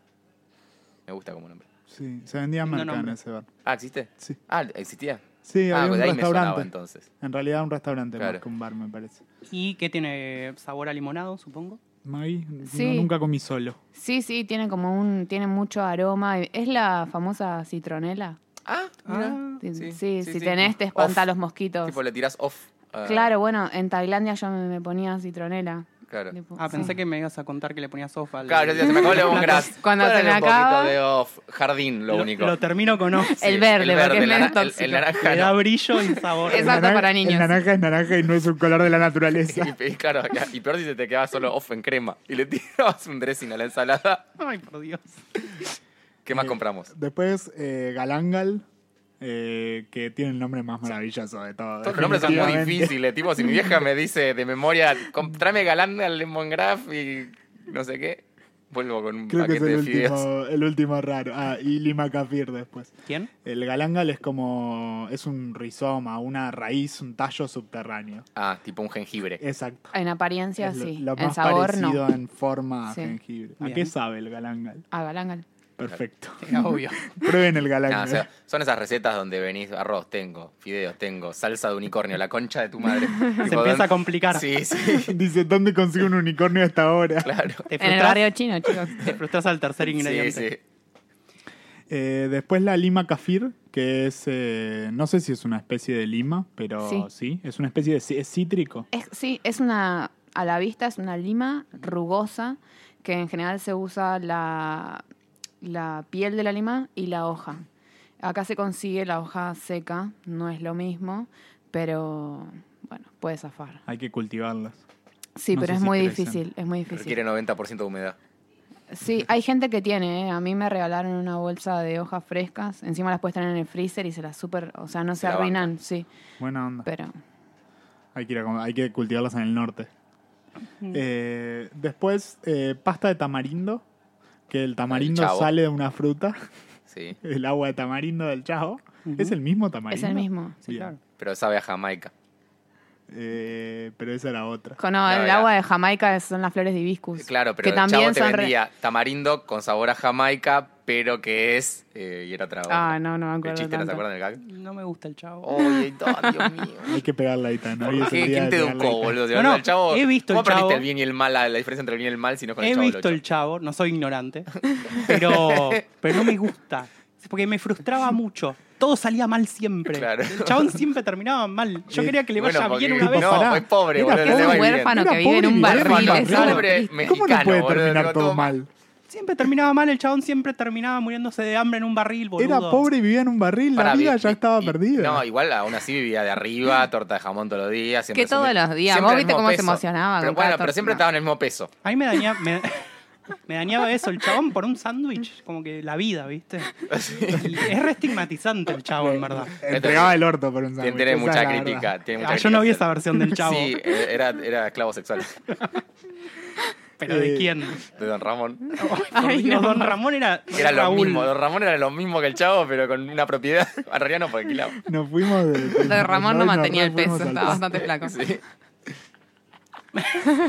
S1: Me gusta como nombre.
S3: Sí, se vendía
S2: Lindo
S3: merca en
S2: nombre.
S3: ese bar.
S1: Ah, ¿existe?
S3: Sí.
S1: Ah, ¿existía?
S3: Sí,
S1: ah,
S3: había
S1: pues
S3: un
S1: de ahí me sonaba
S3: restaurante.
S1: entonces.
S3: en realidad un restaurante
S1: Claro.
S3: más que un bar, me parece.
S2: Y que tiene sabor a limonado, supongo.
S3: Maggie,
S4: Sí.
S3: no, nunca comí solo.
S4: Sí, sí, tiene como un, tiene mucho aroma. eh, Es la famosa citronela.
S1: Ah, mira.
S4: Sí,
S1: Sí, sí,
S4: si
S1: sí.
S4: tenés te espanta
S1: Off.
S4: los mosquitos.
S1: Tipo, le tirás off. ah,
S4: Claro, bueno, en Tailandia yo me, me ponía citronela.
S1: Claro.
S4: Tipo,
S2: Ah,
S4: sí.
S2: pensé que me ibas a contar que le ponías sofa. al-
S1: Claro, ya se me acabó el lemongrass.
S4: Cuando se
S1: Ponle
S4: me
S1: un poquito
S4: acaba-
S1: de off. Jardín, lo, único.
S2: Lo termino con off.
S1: Sí,
S4: El verde, porque es
S1: el nara-
S4: menos
S1: el-
S4: tóxico.
S1: El
S2: Le da
S1: naranja. no.
S2: brillo y sabor.
S4: Esa- Exacto,
S3: El naran-
S4: para niños.
S3: El naranja es naranja y no es un color de la naturaleza.
S1: Y, y claro, y peor si se te quedaba solo off en crema y le tirabas un dressing a la ensalada.
S2: Ay, por Dios.
S1: ¿Qué más
S3: Eh,
S1: compramos?
S3: Después, eh, Galangal, eh, que tiene el nombre más maravilloso de todo.
S1: Todos los nombres son muy
S3: definitivamente.
S1: difíciles. Tipo, si mi vieja me dice de memoria, "Com- tráeme galán al lemongrass y no sé qué, vuelvo con un
S3: Creo que es
S1: paquete
S3: el
S1: de fideos.
S3: último, el último raro. Ah, y Lima Kafir después.
S2: ¿Quién?
S3: El galangal es como. es un rizoma, una raíz, un tallo subterráneo.
S1: Ah, tipo un jengibre.
S3: Exacto.
S4: En apariencia
S3: Es lo-
S4: sí,
S3: Lo,
S4: en
S3: más
S4: sabor no.
S3: parecido en forma a
S4: Sí.
S3: jengibre. ¿A
S2: Bien.
S3: qué sabe el galangal?
S4: A Ah, galangal.
S3: Perfecto.
S1: obvio.
S3: Prueben el galangal.
S1: Ah, o sea, son esas recetas donde venís arroz, tengo, fideos, tengo, salsa de unicornio, la concha de tu madre.
S2: Se empieza a complicar.
S1: Sí, sí,
S3: Dice, ¿dónde consigo un unicornio hasta ahora?
S1: claro.
S2: Te
S4: En el
S2: frustras,
S4: barrio chino, chicos.
S2: te frustras al tercer
S1: Sí,
S2: ingrediente.
S1: sí.
S3: Eh, después la lima kafir, que es. eh, no sé si es una especie de lima, pero sí.
S4: Sí.
S3: es una especie de. ci- es cítrico.
S4: Es- sí, es una, a la vista es una lima rugosa que en general se usa la, la piel de la lima y la hoja. Acá se consigue la hoja seca, no es lo mismo, pero bueno, puede zafar.
S3: Hay que cultivarlas.
S4: Sí,
S3: No sé
S4: pero es
S3: si
S4: muy
S3: crecen.
S4: difícil, es muy difícil.
S1: Requiere 90% de humedad.
S4: Sí, hay gente que tiene, ¿eh? a mí me regalaron una bolsa de hojas frescas, encima las puedes tener en el freezer y se las super, o sea, no se,
S1: la
S4: arruinan, sí,
S3: Buena onda.
S4: pero
S3: Hay que, ir a com- hay que cultivarlas en el norte. Eh, después, eh, pasta de tamarindo, que el tamarindo
S1: chavo.
S3: sale de una fruta,
S1: Sí.
S3: el agua de tamarindo del chavo.
S2: Ujú.
S3: Es el mismo tamarindo.
S4: es el mismo.
S2: Sí,
S3: Bien.
S2: claro.
S1: Pero sabe a Jamaica.
S3: Eh, pero esa era otra.
S4: No,
S1: La
S4: el
S1: verdad.
S4: agua de Jamaica son las flores de hibiscus.
S1: Eh, Claro, pero
S4: que
S1: el
S4: también
S1: chavo te
S4: son re-
S1: vendía tamarindo con sabor a Jamaica, pero que es. eh, y era trago.
S4: Ah, no, no me
S1: El
S4: acuerdo.
S1: chiste, ¿no se
S4: tanto.
S1: acuerdan del gag?
S2: No me gusta el chavo.
S1: Oye, oh, Dios mío.
S3: Hay que pegarla ahí tan.
S1: ¿Por qué? ¿Quién te educó, boludo?
S2: No, no,
S1: el chavo,
S2: he visto
S1: ¿Cómo
S2: el chavo.
S1: aprendiste el bien y el mal, la, la diferencia entre el bien y el mal, si no con el
S2: He
S1: chavo?
S2: visto el chavo, no soy ignorante, pero, pero no me gusta. Porque me frustraba mucho. Todo salía mal siempre.
S1: Claro.
S2: El chabón siempre terminaba mal. Yo
S3: Eh,
S2: quería que le vaya
S1: bueno,
S2: bien
S1: porque-
S2: una vez.
S1: no,
S3: pará.
S1: es pobre,
S3: Era
S1: boludo.
S3: pobre,
S1: le va
S4: un
S1: bien.
S4: huérfano
S3: Era
S4: que vive en
S3: pobre
S4: un
S3: y
S4: barril.
S3: huérfano,
S4: es
S3: claro.
S4: algo
S1: Pobre
S4: triste.
S3: ¿Cómo no
S1: Mexicano,
S3: puede
S1: boludo,
S3: terminar
S1: digo,
S3: todo
S1: todo
S3: mal?
S2: Siempre terminaba mal, el chabón siempre terminaba muriéndose de hambre en un barril, boludo.
S3: Era pobre y vivía en un barril, la
S1: Pará,
S3: vida
S1: vi-
S3: ya estaba
S1: y-
S3: perdida.
S1: No, igual aún así vivía de arriba, torta de jamón todos los días. siempre
S4: Que todos
S1: sumi-
S4: los días,
S1: siempre
S4: vos
S1: el
S4: viste
S1: mismo
S4: cómo se
S1: peso.
S4: emocionaba
S1: Pero
S4: con cada
S1: bueno, pero
S4: torta.
S1: siempre estaba en el mismo peso.
S2: A mí me dañaba, me, me dañaba eso, el chabón por un sándwich, como que la vida, ¿viste? Y es re estigmatizante el chavo, en verdad.
S3: Entregaba el orto por un sándwich.
S1: Tiene
S3: esa es
S1: mucha
S3: la
S1: crítica.
S3: verdad.
S1: Tiene mucha
S2: Ah, yo no vi
S1: crítica.
S2: esa versión del chavo,
S1: Sí, eh, era, era esclavo sexual
S2: pero ¿de
S3: Eh,
S2: quién?
S1: de Don Ramón.
S2: Por
S4: Ay,
S2: Dios,
S4: no.
S2: Don Ramón era,
S1: Era lo
S2: Raúl.
S1: mismo. Don Ramón era lo mismo que el chavo, pero con una propiedad. En realidad no, porque claro.
S3: Nos fuimos de.
S4: De Ramón no
S3: nos
S4: mantenía el
S3: fuimos
S4: peso,
S3: al
S4: estaba bastante flaco.
S1: Sí.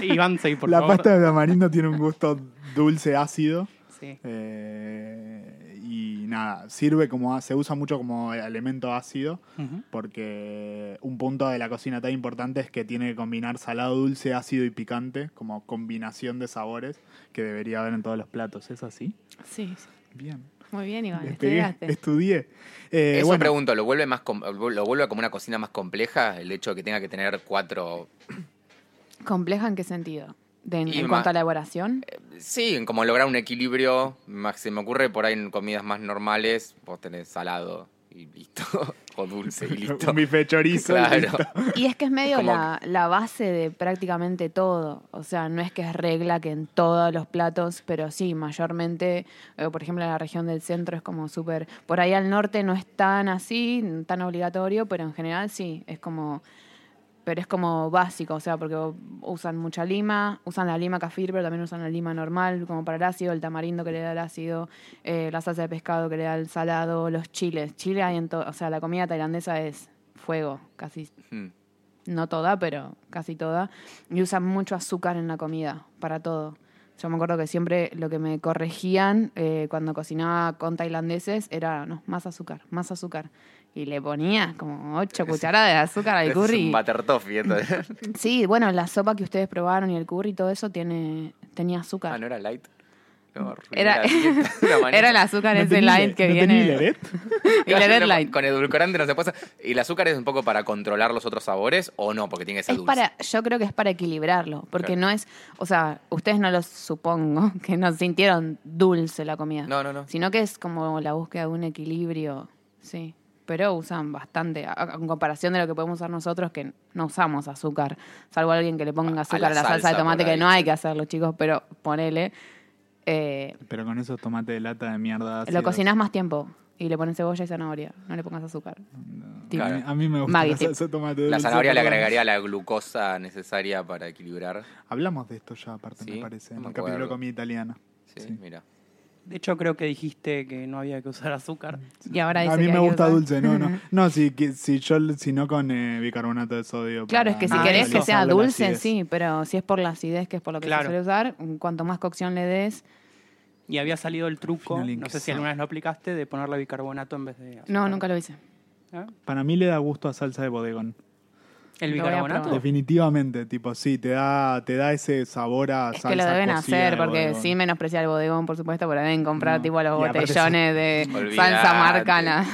S2: Iván, seguí, por
S3: La
S2: favor.
S3: pasta de tamarindo tiene un gusto dulce ácido.
S2: Sí.
S3: eh, y nada, sirve como. a- Se usa mucho como elemento ácido.
S2: Ujú.
S3: Porque un punto de la cocina tan importante es que tiene que combinar salado, dulce, ácido y picante. Como combinación de sabores que debería haber en todos los platos. ¿Es así?
S4: Sí, sí.
S3: Bien.
S4: muy bien, Iván.
S3: Despegué,
S4: Estudiaste.
S3: estudié. Eh,
S1: Eso
S3: bueno,
S1: pregunto, ¿lo vuelve, más com- ¿lo vuelve como una cocina más compleja el hecho de que tenga que tener cuatro
S4: ¿Compleja en qué sentido? De- en
S1: Y
S4: en
S1: ma-
S4: cuanto a la elaboración.
S1: Sí, en como lograr un equilibrio, más- se me ocurre por ahí en comidas más normales, vos tenés salado y listo, o dulce y listo.
S3: Un bife de chorizo. y
S1: Claro.
S3: listo.
S4: Y es que es medio
S1: Como-
S4: la, la base de prácticamente todo. O sea, no es que es regla que en todos los platos, pero sí, mayormente, eh, por ejemplo, en la región del centro es como súper... Por ahí al norte no es tan así, tan obligatorio, pero en general sí, es como... Pero es como básico, o sea, porque usan mucha lima, usan la lima cafir, pero también usan la lima normal, como para el ácido, el tamarindo que le da el ácido, eh, la salsa de pescado que le da el salado, los chiles. Chile hay en todo, o sea, la comida tailandesa es fuego, casi
S1: Mm.
S4: no toda, pero casi toda, y usan mucho azúcar en la comida, para todo. Yo me acuerdo que siempre lo que me corregían eh, cuando cocinaba con tailandeses era, no, más azúcar, más azúcar. Y le ponía como ocho cucharadas de azúcar al
S1: Es un
S4: curry.
S1: butter toffee, entonces.
S4: Sí, bueno, la sopa que ustedes probaron y el curry y todo eso tiene, tenía azúcar.
S1: Ah, ¿no era light? No,
S4: Era- Era
S1: era
S4: el azúcar
S3: ¿No
S4: ese
S3: tenía-
S4: light que
S3: no tenía
S4: viene.
S3: Leret?
S4: Y la red light.
S1: Con edulcorante no se pasa. ¿Y el azúcar es un poco para controlar los otros sabores o no? Porque tiene que ser
S4: Es
S1: dulce.
S4: para, yo creo que es para equilibrarlo, porque
S1: Claro.
S4: no es, o sea, ustedes no lo supongo, que no sintieron dulce la comida.
S1: No, no, no.
S4: Sino que es como la búsqueda de un equilibrio, sí. Pero usan bastante, a- a- en comparación de lo que podemos usar nosotros, que no usamos azúcar, salvo alguien que le ponga
S1: A- a
S4: azúcar
S1: la
S4: a la, salsa,
S1: salsa,
S4: de tomate,
S1: por
S4: que
S1: ahí,
S4: no hay
S1: sí.
S4: que hacerlo, chicos, pero ponele. eh,
S3: Pero con esos tomates de lata de mierda.
S4: lo
S3: ácidos.
S4: cocinás más tiempo y le pones cebolla y zanahoria, no le pongas azúcar. Tip.
S1: Claro.
S3: A mí me gusta
S4: Maggi
S3: la
S4: tip.
S3: salsa de tomate
S1: La
S3: dulce,
S1: zanahoria le
S3: perdón.
S1: agregaría la glucosa necesaria para equilibrar.
S3: Hablamos de esto ya, aparte,
S1: Sí,
S3: me parece.
S1: no
S3: En
S1: me
S3: el capítulo
S1: acuerdo.
S3: de comida italiana.
S1: Sí,
S3: Sí.
S1: mira.
S2: De hecho, creo que dijiste que no había que usar azúcar.
S4: Y ahora dice
S3: a mí
S4: que
S3: me
S4: hay que
S3: gusta
S4: usar-
S3: dulce, no, no. No, si, que- si yo, si no con eh, bicarbonato de sodio. para
S4: Claro, es que si
S2: Ah,
S3: no
S4: querés
S2: eso.
S4: que sea
S3: neutralizarle la
S4: dulce,
S3: acidez.
S4: sí, pero si es por la acidez, que es por lo que
S2: Claro.
S4: se suele usar, cuanto más cocción le des.
S2: Y había salido el truco,
S3: Final
S2: no sé si
S3: inquisado.
S2: alguna vez lo aplicaste, de ponerle bicarbonato en vez de. azúcar.
S4: No, nunca lo hice.
S2: ¿Ah?
S3: Para mí le da gusto a salsa de bodegón.
S2: ¿El
S4: Lo voy a
S2: bicarbonato?
S4: probar.
S3: Definitivamente, tipo, sí, te da, te da ese sabor a
S4: Es
S3: salsa
S4: que lo deben
S3: cocida de
S4: hacer, porque
S3: bodegón.
S4: sin menospreciar el bodegón, por supuesto, pero deben comprar
S3: No.
S4: tipo los
S3: Y aparte
S4: botellones de
S1: Olvídate.
S4: salsa marca. la-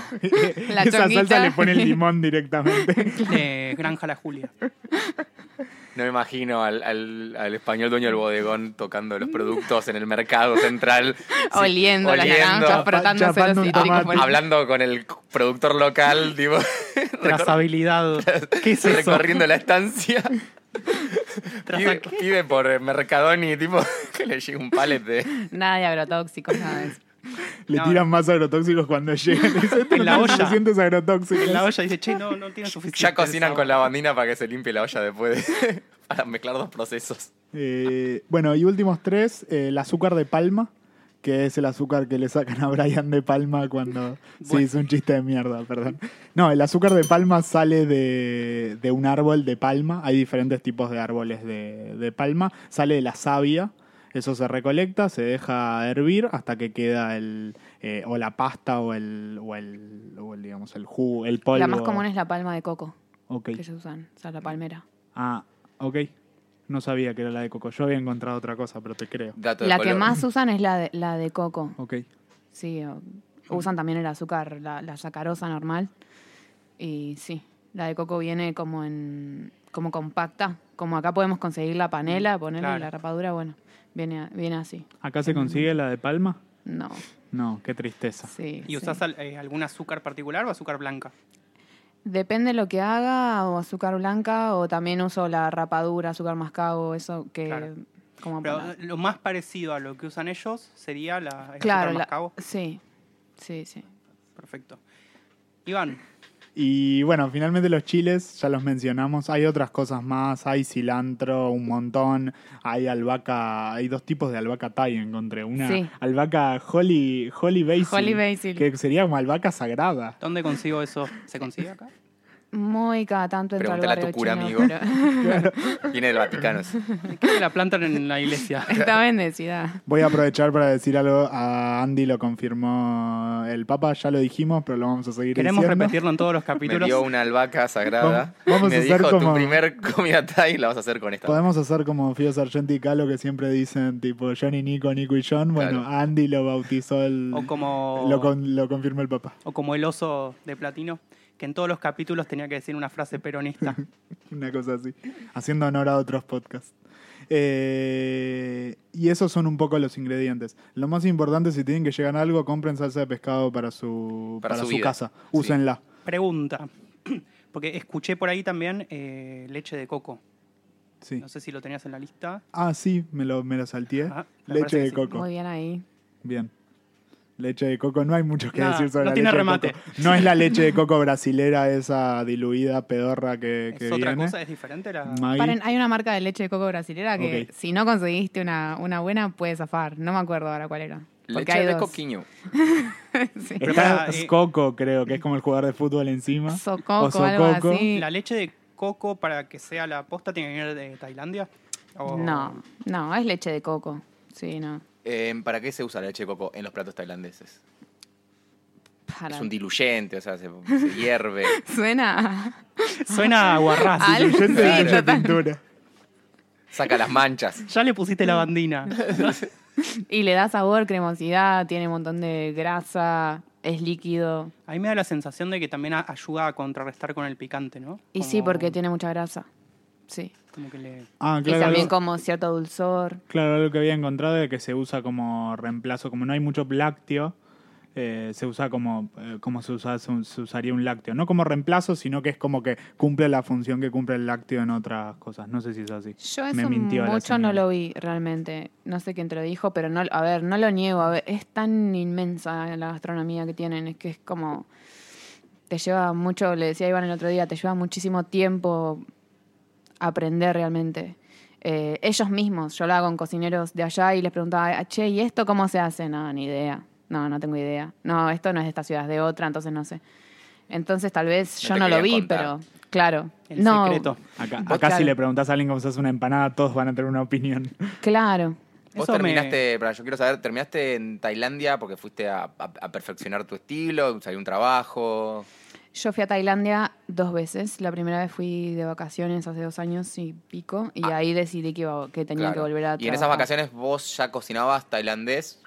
S4: La
S3: Esa salsa
S4: chonguita.
S3: le pone el limón directamente.
S2: De Granja La Julia.
S1: No me imagino al, al- al español dueño del bodegón tocando los productos en el mercado central. sí,
S4: Oliendo,
S1: oliendo,
S4: las naranjas, frotándose
S3: Ah, chapando
S4: los
S3: un
S4: cítricos.
S3: tomate.
S4: por-
S1: Hablando con el productor local, tipo,
S2: Trazabilidad. ¿Qué es eso?
S1: recorriendo la estancia.
S2: Traza-
S1: Pide, pide por eh, Mercadoni, tipo, que le llegue un palet de...
S4: Nada de agrotóxicos, nada de eso.
S3: Le
S2: No,
S3: tiran más agrotóxicos cuando llegan. Dice, "Esto
S2: En
S3: no
S2: la
S3: tiene
S2: olla.
S3: suficientes agrotóxicos.
S2: En la olla dice, che, no, no tiene suficiente.
S1: Ya cocinan
S2: sabor".
S1: con la bandina para que se limpie la olla después, de- para mezclar dos procesos.
S3: Eh, bueno, y últimos tres, eh, el azúcar de palma, que es el azúcar que le sacan a Brian de palma cuando... Sí,
S2: Bueno.
S3: es un chiste de mierda, perdón. No, el azúcar de palma sale de, de un árbol de palma, hay diferentes tipos de árboles de, de palma, sale de la savia. Eso se recolecta, se deja hervir hasta que queda el eh, o la pasta o el o el, o el, digamos el jugo, el polvo.
S4: La más común es la palma de coco
S3: Ok.
S4: que ellos usan, o sea, la palmera.
S3: Ah, ok. No sabía que era la de coco. Yo había encontrado otra cosa, pero te creo.
S1: Dato de
S4: La que
S1: color.
S4: más usan es la de, la de coco.
S3: Ok.
S4: Sí, o- usan también el azúcar, la, la sacarosa normal. Y sí, la de coco viene como en como compacta. Como acá podemos conseguir la panela, ponerle
S2: claro.
S4: la rapadura, bueno, viene, a- viene así.
S3: ¿Acá se consigue la de palma?
S4: No,
S3: No, qué tristeza.
S4: sí.
S2: ¿Y usás
S4: sí.
S2: al- eh, algún azúcar particular o azúcar blanca?
S4: Depende lo que haga, o azúcar blanca, o también uso la rapadura, azúcar mascabo, eso que...
S2: Claro.
S4: Como
S2: Pero
S4: para-
S2: eh, lo más parecido a lo que usan ellos sería la el
S4: claro,
S2: azúcar
S4: la-
S2: mascabo.
S4: sí, sí, sí.
S2: Perfecto. Iván,
S3: Y bueno, finalmente los chiles, ya los mencionamos. Hay otras cosas más. Hay cilantro, un montón. Hay albahaca. Hay dos tipos de albahaca Thai, encontré. Una
S4: Sí.
S3: albahaca Holy, Holy Basil.
S4: Holy basil.
S3: Que sería como albahaca sagrada.
S2: ¿dónde consigo eso? ¿Se consigue acá?
S4: Muy cada tanto entra al
S1: Pregúntale a tu
S4: barrio
S1: cura,
S4: chino,
S1: amigo.
S4: pero-
S1: Viene del Vaticano. eso.
S2: Creo que la plantan en la iglesia.
S4: está bendecida.
S3: Voy a aprovechar para decir algo. A Andy lo confirmó el Papa. Ya lo dijimos, pero lo vamos a seguir
S2: Queremos
S3: diciendo.
S2: repetirlo en todos los
S1: Me
S2: capítulos.
S1: dio una albahaca sagrada.
S3: Vamos- vamos
S1: me
S3: a hacer
S1: dijo, tu
S3: como-
S1: primer comida Thai la vas a hacer con esta.
S3: Podemos hacer como Fío Sargento y Calo que siempre dicen, tipo Johnny, Nico, Nico y John. Bueno,
S1: Claro.
S3: Andy lo bautizó el.
S2: O como-
S3: Lo, con- lo confirmó el papá.
S2: O como el oso de platino, que en todos los capítulos tenía que decir una frase peronista.
S3: Una cosa así. Haciendo honor a otros podcasts. Eh, y esos son un poco los ingredientes. Lo más importante, si tienen que llegar a algo, compren salsa de pescado para su,
S1: Para
S3: para
S1: su
S3: su,
S1: vida.
S3: casa.
S1: Sí.
S3: Úsenla.
S2: Pregunta. Porque escuché por ahí también eh, leche de coco.
S3: Sí.
S2: No sé si lo tenías en la lista.
S3: Ah, sí, me lo, me lo salteé.
S2: Ajá, Ah, me parece
S3: Leche
S2: que
S3: de
S2: sí.
S3: coco.
S4: Muy bien ahí.
S3: Bien. Leche de coco, no hay mucho que
S2: Nada,
S3: decir sobre
S2: no
S3: la
S2: tiene
S3: leche de
S2: remate.
S3: coco. No es la leche de coco brasilera, esa diluida, pedorra que, que
S2: ¿Es otra
S3: viene.
S2: cosa? ¿Es diferente? La...
S3: Maggi.
S4: Paren, hay una marca de leche de coco brasilera que
S3: Ok.
S4: si no conseguiste una, una buena, puedes zafar. No me acuerdo ahora cuál era. Porque
S1: Leche
S4: hay
S1: de
S4: dos.
S1: coquiño.
S4: Sí.
S3: Está
S2: Pará, eh.
S3: Coco, creo, que es como el jugador de fútbol encima.
S4: Sococo,
S3: O sococo.
S4: algo así.
S2: ¿La leche de coco para que sea la posta tiene que venir de Tailandia? ¿O-
S4: No, no, es leche de coco. Sí, no.
S1: Eh, ¿Para qué se usa la leche de coco en los platos tailandeses?
S4: Para.
S1: Es un diluyente, o sea, se, se hierve.
S4: Suena
S2: Suena a
S4: a
S2: guarrazo.
S4: algo.
S3: Yo te
S1: Claro.
S3: dije
S4: total.
S3: pintura.
S1: Saca las manchas.
S2: Ya le pusiste la bandina.
S4: Y le da sabor, cremosidad, tiene un montón de grasa, es líquido.
S2: A mí me da la sensación de que también a- ayuda a contrarrestar con el picante, ¿no?
S4: Y
S2: Como-
S4: sí, porque tiene mucha grasa. Sí.
S2: Como que le...
S3: Ah,
S4: y
S3: claro.
S4: también
S3: Algo,
S4: como cierto dulzor.
S3: claro, algo que había encontrado de que se usa como reemplazo. Como no hay mucho lácteo, eh, se usa como, eh, como se, usa- se- se usaría un lácteo. No como reemplazo, sino que es como que cumple la función que cumple el lácteo en otras cosas. No sé si es así.
S4: Yo eso
S3: Me mintió la
S4: mucho no
S3: señora.
S4: lo vi realmente. No sé quién te lo dijo, pero no, a ver, no lo niego. A ver, es tan inmensa la gastronomía que tienen, es que es como te lleva mucho, le decía a Iván el otro día, te lleva muchísimo tiempo aprender realmente. Eh, ellos mismos, yo lo hago con cocineros de allá y les preguntaba, "Ah, che, ¿y esto cómo se hace? No, ni idea. No, no tengo idea. No, esto no es de esta ciudad, es de otra, entonces no sé. Entonces tal vez
S1: No
S4: yo
S1: te
S4: no lo vi,
S1: querían contar.
S4: pero claro.
S2: El
S4: no,
S2: secreto.
S3: Acá,
S4: Vos,
S3: acá si
S4: claro.
S3: le preguntás a alguien cómo se hace una empanada, todos van a tener una opinión.
S4: Claro.
S1: Vos
S2: Eso me-
S1: terminaste, para, yo quiero saber, ¿terminaste en Tailandia porque fuiste a, a- a perfeccionar tu estilo? ¿Salió un trabajo?
S4: Yo fui a Tailandia dos veces. La primera vez fui de vacaciones hace dos años y pico. Y ahí decidí que, iba- que tenía que
S1: Ah. Claro.
S4: volver a
S1: Y en esas
S4: trabajar.
S1: vacaciones vos ya cocinabas tailandés.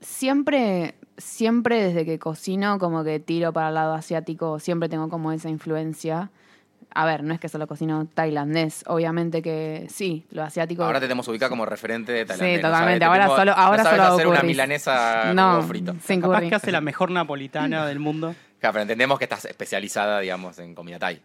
S4: Siempre, siempre desde que cocino, como que tiro para el lado asiático. Siempre tengo como esa influencia. A ver, no es que solo cocino tailandés. Obviamente que sí, lo asiático.
S1: Ahora te tenemos ubicada como referente de Tailandia.
S4: totalmente. Ahora solo- ahora
S1: no sabes
S4: solo hago
S1: hacer una
S4: curries.
S1: milanesa
S4: No,
S1: como frito.
S4: sin
S2: Capaz
S4: curry.
S2: que hace la mejor napolitana del mundo.
S1: Claro, pero entendemos que estás especializada, digamos, en comida thai.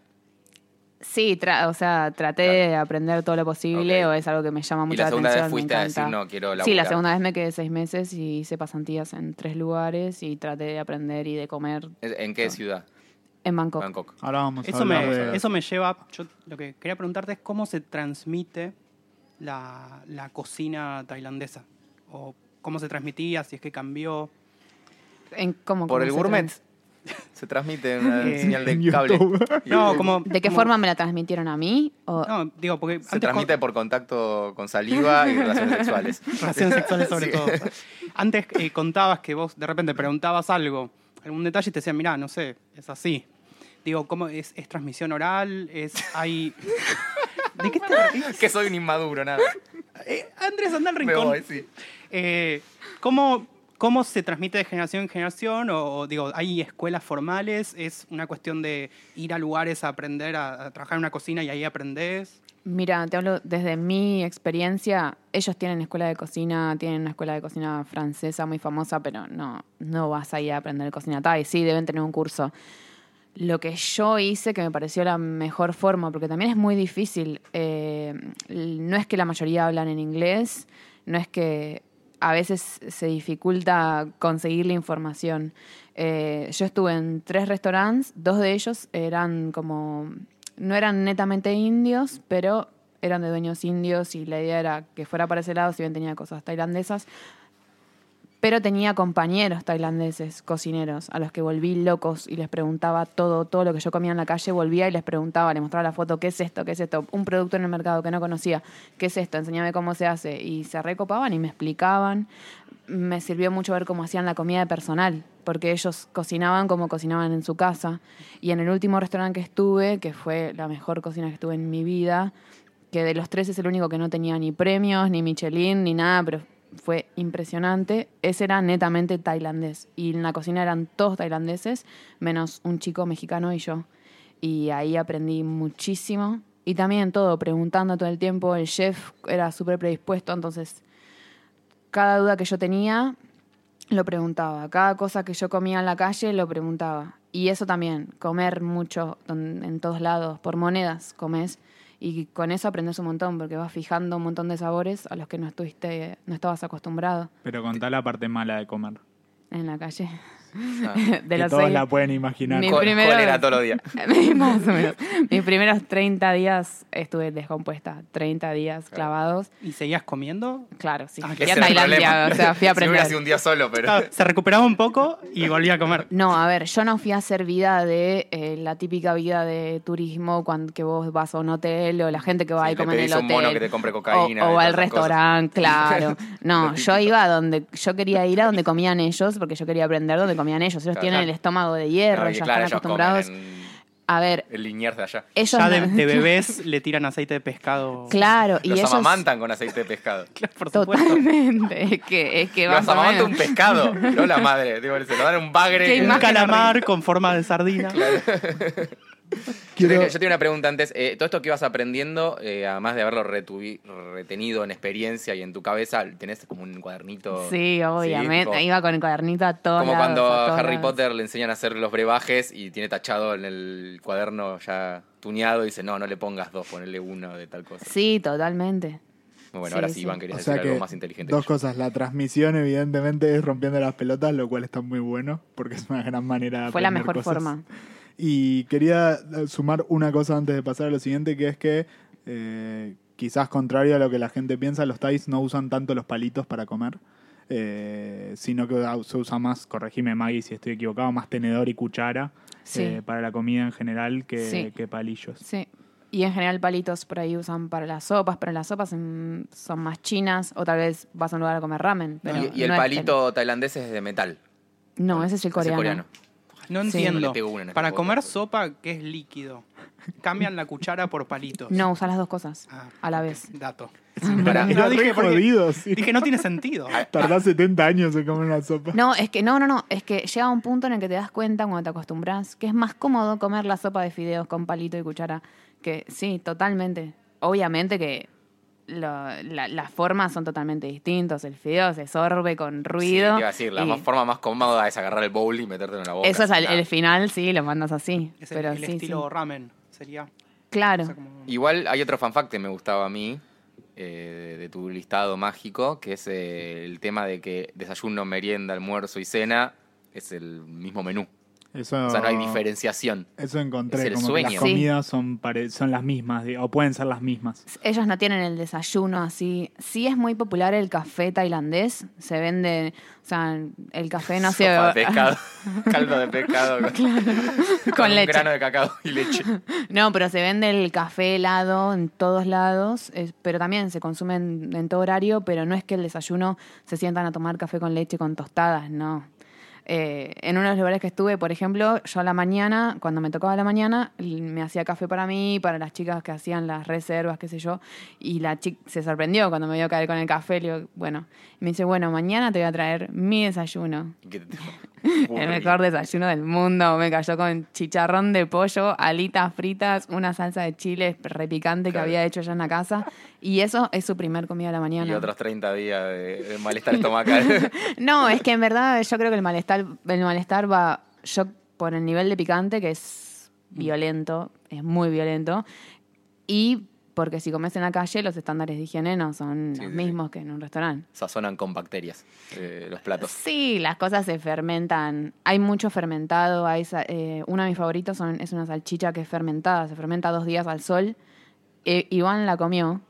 S4: Sí, tra- o sea, traté de aprender todo lo posible
S1: Ok.
S4: o es algo que me llama
S1: Y
S4: mucho
S1: la
S4: la
S1: segunda
S4: atención.
S1: vez
S4: me
S1: fuiste a
S4: encanta.
S1: decir, no, quiero laburar.
S4: Sí, la segunda vez me quedé seis meses y hice pasantías en tres lugares y traté de aprender y de comer
S1: ¿En qué ciudad?
S4: en Bangkok.
S1: Bangkok.
S3: Ahora vamos a
S2: Eso
S3: hablar
S2: me,
S3: de...
S2: eso me lleva... Yo lo que quería preguntarte es cómo se transmite la, la cocina tailandesa. O cómo se transmitía, si es que cambió.
S4: En, ¿cómo,
S1: Por
S4: cómo
S1: el
S4: se
S1: gourmet.
S4: trans-
S1: Se transmite una
S2: Eh,
S1: señal de
S3: en
S1: cable.
S3: YouTube.
S2: No, como...
S4: ¿De qué
S2: como-
S4: forma me la transmitieron a mí? O-
S2: No, digo, porque
S1: Se
S2: antes
S1: transmite
S2: co-
S1: por contacto con saliva y relaciones sexuales.
S2: relaciones sexuales sobre
S1: Sí.
S2: todo. Antes eh, contabas que vos de repente preguntabas algo, algún detalle y te decían, mirá, no sé, es así. Digo, ¿cómo es, es transmisión oral? ¿Es hay ¿De qué te reís?
S1: que soy un inmaduro, nada.
S2: Eh, Andrés, anda al
S1: Me
S2: rincón.
S1: voy, sí.
S2: Eh, ¿cómo, ¿Cómo se transmite de generación en generación? O, o, digo, ¿hay escuelas formales? ¿Es una cuestión de ir a lugares a aprender, a, a trabajar en una cocina y ahí aprendés?
S4: Mira, te hablo desde mi experiencia. Ellos tienen escuela de cocina, tienen una escuela de cocina francesa muy famosa, pero no, no vas ahí a aprender cocina thai. Sí, deben tener un curso. Lo que yo hice, que me pareció la mejor forma, porque también es muy difícil, eh, no es que la mayoría hablan en inglés, no es que a veces se dificulta conseguir la información. Eh, yo estuve en tres restaurantes, dos de ellos eran como, no eran netamente indios, pero eran de dueños indios y la idea era que fuera para ese lado, si bien tenía cosas tailandesas, pero tenía compañeros tailandeses, cocineros, a los que volví locos y les preguntaba todo, todo lo que yo comía en la calle, volvía y les preguntaba, les mostraba la foto, ¿qué es esto? ¿Qué es esto? Un producto en el mercado que no conocía, ¿qué es esto? Enseñame cómo se hace. Y se recopaban y me explicaban. Me sirvió mucho ver cómo hacían la comida de personal, porque ellos cocinaban como cocinaban en su casa. Y en el último restaurante que estuve, que fue la mejor cocina que estuve en mi vida, que de los tres es el único que no tenía ni premios, ni Michelin, ni nada, pero fue impresionante. Ese era netamente tailandés. Y en la cocina eran todos tailandeses, menos un chico mexicano y yo. Y ahí aprendí muchísimo. Y también todo, preguntando todo el tiempo. El chef era súper predispuesto, entonces cada duda que yo tenía lo preguntaba. Cada cosa que yo comía en la calle lo preguntaba. Y eso también, comer mucho don- en todos lados, por monedas comes. Y con eso aprendes un montón, porque vas fijando un montón de sabores a los que no estuviste, no estabas acostumbrado
S3: Pero contá la parte mala de comer.
S4: en la calle.
S1: Ah.
S4: de
S3: que
S4: los
S3: todos
S4: seis-
S3: la pueden imaginar.
S4: Mi
S1: Col-
S4: primero-
S1: cólera todos los días.
S4: Más o menos. Mis primeros 30 días estuve descompuesta. 30 días clavados.
S2: ¿Y seguías comiendo?
S4: Claro, sí.
S2: Ah,
S4: Fui a
S1: Ese era el
S4: Tailandia,
S1: problema.
S4: o sea, fui a
S1: Si hubiera
S4: aprender.
S1: sido un día solo, pero.
S2: Ah, Se recuperaba un poco y volvía a comer.
S4: No, a ver, yo no fui a hacer vida de eh, la típica vida de turismo cuando que vos vas a un hotel o la gente que va
S1: Sí,
S4: y
S1: le
S4: come en el
S1: pedís a
S4: hotel.
S1: un mono que te compre cocaína y
S4: O, o
S1: todas
S4: al
S1: esas
S4: restaurante, claro.
S1: Lo
S4: No,
S1: típico.
S4: yo iba a donde, yo quería ir a donde comían ellos, porque yo quería aprender donde comían ellos. Ellos
S1: Claro,
S4: tienen
S1: claro.
S4: el estómago de hierro,
S1: No, y
S4: ya
S1: claro,
S4: están
S1: ellos comen
S4: acostumbrados.
S1: en
S4: A ver,
S1: el liniers de allá.
S4: ellos
S2: Ya de,
S4: no-
S2: de bebés le tiran aceite de pescado.
S4: Claro, y
S1: Los
S4: ellos.
S1: amamantan con aceite de pescado.
S2: Claro, por supuesto.
S4: Totalmente. Es que, es que
S1: Los
S4: más o
S1: amamanta
S4: menos.
S1: un pescado, no la madre. Digo, se lo dan a un bagre.
S4: Qué
S1: que-
S2: Un
S4: imagen
S2: calamar con forma de sardina.
S1: Yo,
S3: Quiero-
S1: tenía, yo tenía una pregunta antes. Eh, todo esto que ibas aprendiendo, eh, además de haberlo retuvi- retenido en experiencia y en tu cabeza, tenés como un cuadernito.
S4: Sí, obviamente.
S1: como-
S4: iba con el cuadernito a todos
S1: Como
S4: lados,
S1: cuando
S4: a
S1: a
S4: todos
S1: Harry
S4: lados.
S1: Potter le enseñan a hacer los brebajes y tiene tachado en el cuaderno ya tuneado y dice, no, no le pongas dos, ponele uno de tal cosa.
S4: Sí, totalmente.
S1: Muy bueno,
S4: sí,
S1: ahora sí,
S4: sí.
S1: Iván, querías
S3: O sea
S1: decir
S3: que
S1: algo más inteligente.
S3: dos
S1: que yo.
S3: cosas. La transmisión, evidentemente, es rompiendo las pelotas, lo cual está muy bueno, porque es una gran manera de
S4: Fue la
S3: aprender
S4: mejor
S3: cosas.
S4: forma.
S3: Y quería eh, sumar una cosa antes de pasar a lo siguiente, que es que eh, quizás contrario a lo que la gente piensa, los Thais no usan tanto los palitos para comer, eh, sino que ah, se usa más, corregime Maggie si estoy equivocado, más tenedor y cuchara
S4: Sí.
S3: eh, para la comida en general que,
S4: Sí.
S3: que palillos.
S4: Sí. Y en general palitos por ahí usan para las sopas, pero las sopas mm, son más chinas o tal vez vas a un lugar a comer ramen. Pero
S1: y y el
S4: no es
S1: palito tailandés es de metal.
S4: No, ese es el coreano.
S2: No
S4: Sí.
S2: entiendo.
S1: Le pego una en el
S2: Para
S1: cogote.
S2: comer sopa, que es líquido, cambian la cuchara por palitos.
S4: No, usas las dos cosas
S2: Ah,
S4: a la vez.
S2: Dato.
S1: Pará.
S2: No,
S3: Era
S2: dije
S3: re
S2: porque-
S3: jodido, sí.
S2: Dije, no tiene sentido.
S1: Ah.
S3: Tardás 70 años en comer una sopa.
S4: No, es que no, no, no, es que llega un punto en el que te das cuenta cuando te acostumbras que es más cómodo comer la sopa de fideos con palito y cuchara, que sí, totalmente. Obviamente que lo- la- las formas son totalmente distintas, el fideo se sorbe con ruido.
S1: Sí, te iba a decir, la
S4: y
S1: más- forma más cómoda es agarrar el bowl y metértelo en la boca.
S4: eso es al-
S1: nada.
S4: el final, sí, lo mandas así,
S2: Es el,
S4: pero
S2: el
S4: sí,
S2: estilo
S4: sí.
S2: ramen, sería. O
S4: Claro.
S2: sea, como-
S1: Igual hay otro fanfact que me gustaba a mí eh, de tu listado mágico, que es eh, el tema de que desayuno, merienda, almuerzo y cena es el mismo menú.
S3: Eso,
S1: O sea, no hay diferenciación.
S3: Eso encontré,
S1: Es el
S3: como que
S1: sueño.
S3: las
S4: Sí.
S3: comidas son, pare- son las mismas, di- o pueden ser las mismas.
S4: Ellos no tienen el desayuno así. Sí es muy popular el café tailandés. Se vende, o sea, el café no se
S1: Sopa de pescado, caldo de pescado con,
S4: con
S1: un
S4: leche.
S1: grano de cacao y leche.
S4: No, pero se vende el café helado en todos lados, es- pero también se consume en, en todo horario, pero no es que el desayuno se sientan a tomar café con leche con tostadas, no. Eh, en uno de los lugares que estuve, por ejemplo, yo a la mañana, cuando me tocaba a la mañana, l- me hacía café para mí, para las chicas que hacían las reservas, qué sé yo, y la chica se sorprendió cuando me vio caer con el café, le digo, bueno, y me dice, bueno, mañana te voy a traer mi desayuno.
S1: Y que te-
S4: El mejor desayuno del mundo. Me cayó con chicharrón de pollo, alitas fritas, una salsa de chile repicante que
S1: Claro.
S4: había hecho ya en la casa. Y eso es su primer comida de la mañana.
S1: Y otros 30 días de, de malestar estomacal.
S4: No, es que en verdad yo creo que el malestar, el malestar va, yo por el nivel de picante, que es
S1: Mm.
S4: violento, es muy violento, y porque si comes en la calle los estándares de higiene no son
S1: Sí,
S4: los
S1: sí, sí.
S4: mismos que en un restaurante.
S1: Sazonan con bacterias eh, los platos.
S4: Sí, las cosas se fermentan. Hay mucho fermentado. Hay, sa- eh, uno de mis favoritos son, es una salchicha que es fermentada. Se fermenta dos días al sol. Eh, Iván la comió.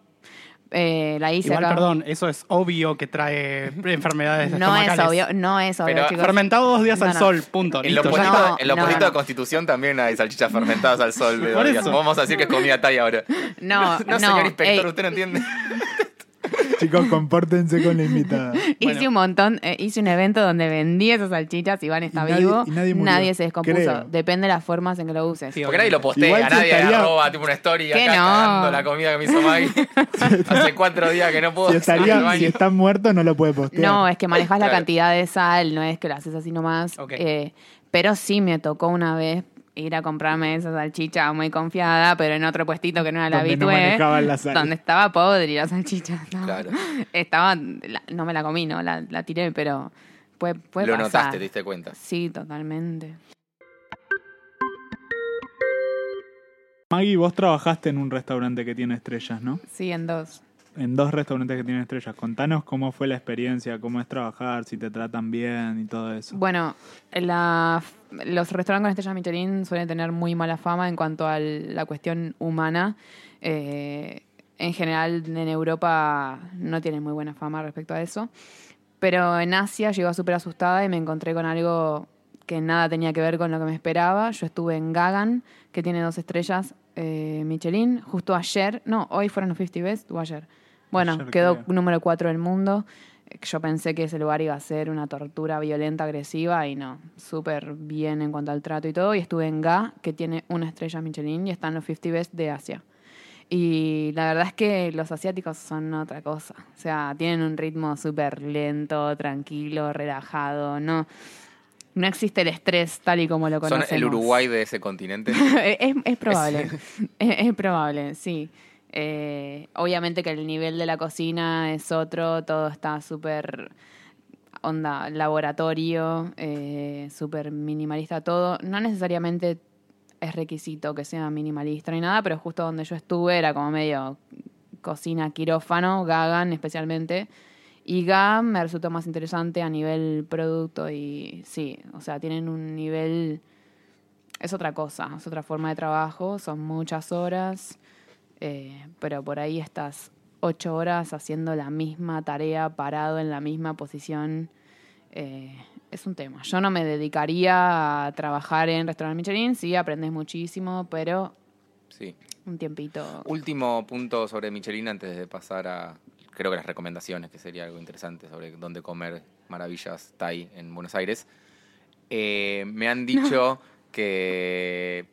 S4: Eh, la hice
S2: Igual,
S4: acá.
S2: perdón, eso es obvio que trae enfermedades
S4: No es
S2: estomacales.
S4: obvio, no es obvio,
S1: Pero
S4: chicos.
S2: Fermentado dos días
S4: No,
S2: al
S4: no.
S2: sol, punto.
S1: En los
S2: listo, ya
S1: puestitos
S2: está.
S4: No,
S1: en los
S4: no,
S1: puestitos de
S4: no.
S1: Constitución también hay salchichas fermentadas al sol. de
S2: Por
S1: Dorian.
S2: eso.
S1: Vamos a decir que es comida talla ahora.
S4: No,
S1: No,
S4: no,
S1: señor inspector,
S4: ey,
S1: usted no entiende.
S3: Chicos, compórtense con la invitada.
S4: Hice un montón, eh, hice un evento donde vendí esas salchichas, Iván está
S3: Y nadie-
S4: vivo,
S3: y nadie murió,
S4: se descompuso.
S3: creo.
S4: Depende de las formas en que lo uses.
S2: Sí,
S1: Porque nadie lo postea,
S3: Igual se
S1: nadie
S3: estaría-
S1: arroba tipo una story
S4: Que
S1: acá
S4: no.
S1: cagando la comida que me hizo Maggie. Hace cuatro días que no puedo
S3: Si,
S1: salir al
S3: estaría,
S1: baño.
S3: si está muerto, no lo puede postear.
S4: No, es que manejas la
S1: Claro.
S4: cantidad de sal, no es que lo haces así nomás.
S2: Ok.
S4: Eh, pero sí me tocó una vez ir a comprarme esa salchicha muy confiada, pero en otro puestito que no era la
S3: Donde no
S4: habitué, ¿eh?
S3: manejaban la sal.
S4: donde estaba podre la salchicha. estaba-
S1: Claro.
S4: Estaba, la- no me la comí, no, la, la tiré, pero puede, puede
S1: Lo
S4: pasar.
S1: notaste, te diste cuenta.
S4: Sí, totalmente.
S3: Maggie, vos trabajaste en un restaurante que tiene estrellas, ¿no?
S4: Sí, en dos.
S3: En dos restaurantes que tienen estrellas. Contanos cómo fue la experiencia, cómo es trabajar, si te tratan bien y todo eso.
S4: Bueno, la- los restaurantes con estrellas Michelin suelen tener muy mala fama en cuanto a la cuestión humana. Eh, en general, en Europa no tienen muy buena fama respecto a eso. Pero en Asia llegó súper asustada y me encontré con algo que nada tenía que ver con lo que me esperaba. Yo estuve en Gagan, que tiene dos estrellas eh, Michelin, justo ayer. No, hoy fueron los 50 Best o ayer. Bueno,
S3: Ayer,
S4: quedó
S3: creo.
S4: número 4 del mundo. Eh, Yo pensé que ese lugar iba a ser una tortura violenta, agresiva y no. Súper bien en cuanto al trato y todo. Y estuve en Ga, que tiene una estrella Michelin y están los 50 Best de Asia. Y la verdad es que los asiáticos son otra cosa. O sea, tienen un ritmo súper lento, tranquilo, relajado. No, no existe el estrés tal y como lo
S1: Son
S4: conocemos.
S1: el Uruguay de ese continente.
S4: es, es probable. es, es probable, sí. Eh, obviamente que el nivel de la cocina es otro, todo está súper onda laboratorio, eh, súper minimalista todo. No necesariamente es requisito que sea minimalista ni nada, pero justo donde yo estuve era como medio cocina quirófano, Gagan especialmente. Y GAM me resultó más interesante a nivel producto y sí, o sea, tienen un nivel es otra cosa, es otra forma de trabajo, son muchas horas, eh, pero por ahí estás ocho horas haciendo la misma tarea, parado en la misma posición. eh, es un tema. Yo no me dedicaría a trabajar en restaurante Michelin, sí, aprendes muchísimo, pero
S1: Sí.
S4: un tiempito.
S1: Último punto sobre Michelin antes de pasar a, creo que las recomendaciones, que sería algo interesante sobre dónde comer maravillas Thai en Buenos Aires. Eh, me han dicho que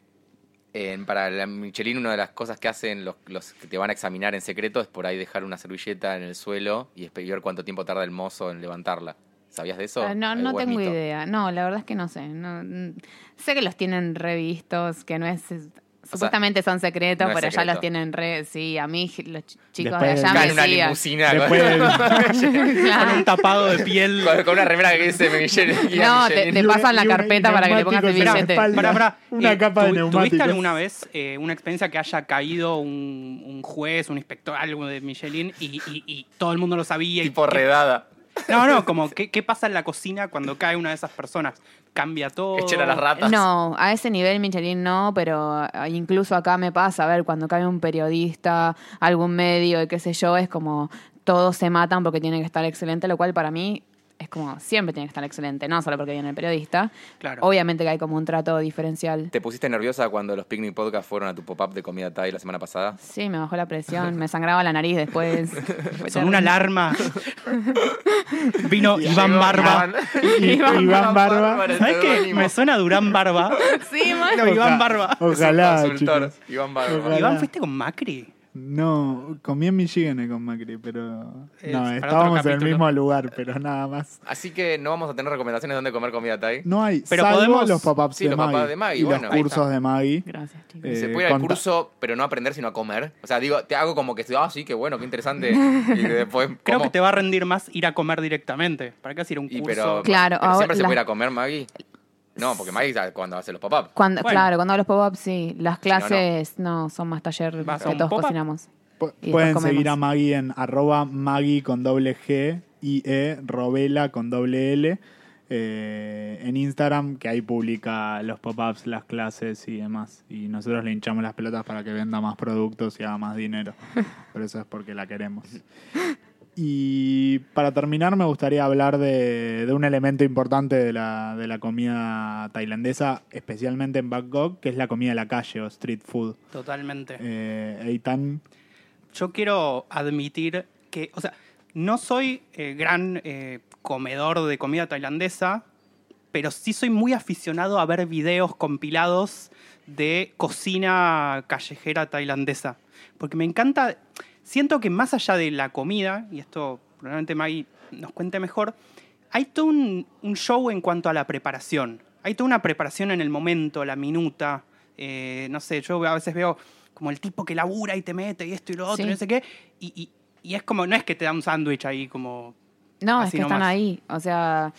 S1: en- para la Michelin una de las cosas que hacen los, los que te van a examinar en secreto es por ahí dejar una servilleta en el suelo y espe- y ver cuánto tiempo tarda el mozo en levantarla. ¿Sabías de eso?
S4: Ah, no
S1: Eh,
S4: no
S1: o es
S4: tengo
S1: mito.
S4: idea. No, la verdad es que no sé. No, mm, sé que los tienen revistos, que no es... es- Supuestamente son secretos,
S1: no es
S4: pero ya los
S1: secreto.
S4: tienen re... Sí, a mí los ch- chicos
S3: Después
S4: de allá
S1: Cae
S4: me
S1: en una
S4: decían...
S1: limusina
S3: Después del-
S2: Con
S4: Claro.
S2: un tapado de piel.
S1: con, con una remera que dice Michelin.
S4: No, te-
S1: Michelin.
S4: te- pasan la
S3: y un- y un
S4: carpeta para que le pongas el
S3: neumático en la
S4: billete.
S3: espalda.
S2: Pará, pará.
S3: Una
S2: Eh,
S3: capa de
S2: ¿tu- ¿Tuviste
S3: neumáticos.
S2: alguna vez eh, una experiencia que haya caído un, un juez, un inspector, algo de Michelin y, y- y todo el mundo lo sabía? y-
S1: tipo redada.
S2: No, no, como ¿qué, qué pasa en la cocina cuando cae una de esas personas? ¿Cambia todo?
S1: Echen a las ratas.
S4: No, a ese nivel Michelin no, pero eh, incluso acá me pasa, a ver, cuando cae un periodista, algún medio y qué sé yo, es como todos se matan porque tiene que estar excelente, lo cual para mí es como siempre tiene que estar excelente, no solo porque viene el periodista.
S2: Claro.
S4: Obviamente que hay como un trato diferencial.
S1: ¿Te pusiste nerviosa cuando los Picnic Podcast fueron a tu pop-up de comida Thai la semana pasada?
S4: Sí, me bajó la presión, me sangraba la nariz después. Fue
S2: Son una
S4: terrible.
S2: alarma. Vino Iván
S1: Llegó
S2: Barba.
S3: Y-
S4: Iván
S3: Iván Barba.
S1: Bárbara,
S2: ¿Sabes qué?
S1: seudónimo.
S2: Me suena Durán Barba.
S4: Sí, mal.
S2: Pero Iván
S3: Oja-
S2: Barba.
S1: Es
S3: Ojalá.
S1: un consultor,
S3: chicos.
S1: Iván Barba.
S3: Ojalá.
S2: Iván, ¿fuiste con Macri?
S3: No, comí en Michigan eh, con Macri, pero.
S2: Es
S3: no,
S2: para
S3: estábamos
S2: otro
S3: en el
S2: capítulo.
S3: mismo lugar, pero nada más.
S1: Así que no vamos a tener recomendaciones de dónde comer comida Thai.
S3: No hay.
S2: Pero
S3: salvo
S2: podemos-
S3: los pop-ups
S1: Sí,
S3: de,
S1: los
S3: Maggie
S1: pop-ups de Maggie,
S3: Y
S1: bueno,
S3: los
S1: ahí
S3: cursos de Maggie.
S4: Gracias, chicos.
S3: Eh,
S1: Se puede ir al
S3: conta-
S1: curso, pero no aprender, sino a comer. O sea, digo, te hago como que, ah, sí, qué bueno, qué interesante. Y después,
S2: Creo
S1: como-
S2: que te va a rendir más ir a comer directamente. ¿Para qué hacer un
S1: y,
S2: curso?
S1: pero,
S4: Claro,
S1: pero siempre
S4: ahora
S1: se puede
S4: la-
S1: ir a comer, Maggie. No, porque Maggie sabe cuando hace los pop-up.
S4: Cuando,
S2: Bueno.
S4: Claro, cuando los pop-ups, sí. Las
S1: no, no.
S4: clases no, son más taller
S2: Vas a
S4: que
S2: un
S4: todos
S2: pop-up.
S4: cocinamos.
S3: Pu-
S4: Y
S3: Pueden
S4: después comemos.
S3: seguir a Maggie en arroba Maggie con doble G y E Robela con doble L eh, en Instagram, que ahí publica los pop-ups, las clases y demás. Y nosotros le hinchamos las pelotas para que venda más productos y haga más dinero. Por eso es porque la queremos. Y para terminar me gustaría hablar de, de un elemento importante de la, de la comida tailandesa, especialmente en Bangkok, que es la comida de la calle o street food.
S2: Totalmente.
S3: Eh, Eitan,
S2: yo quiero admitir que, o sea, no soy eh, gran eh, comedor de comida tailandesa, pero sí soy muy aficionado a ver videos compilados de cocina callejera tailandesa. Porque me encanta, siento que más allá de la comida, y esto probablemente Maggie nos cuente mejor, hay todo un, un show en cuanto a la preparación. Hay toda una preparación en el momento, la minuta. eh, no sé, yo a veces veo como el tipo que labura y te mete y esto y lo otro,
S4: Sí.
S2: y no sé qué. Y, y- y es como, no es que te da un sándwich ahí como...
S4: No,
S2: Así
S4: es que están
S2: nomás.
S4: ahí. O sea,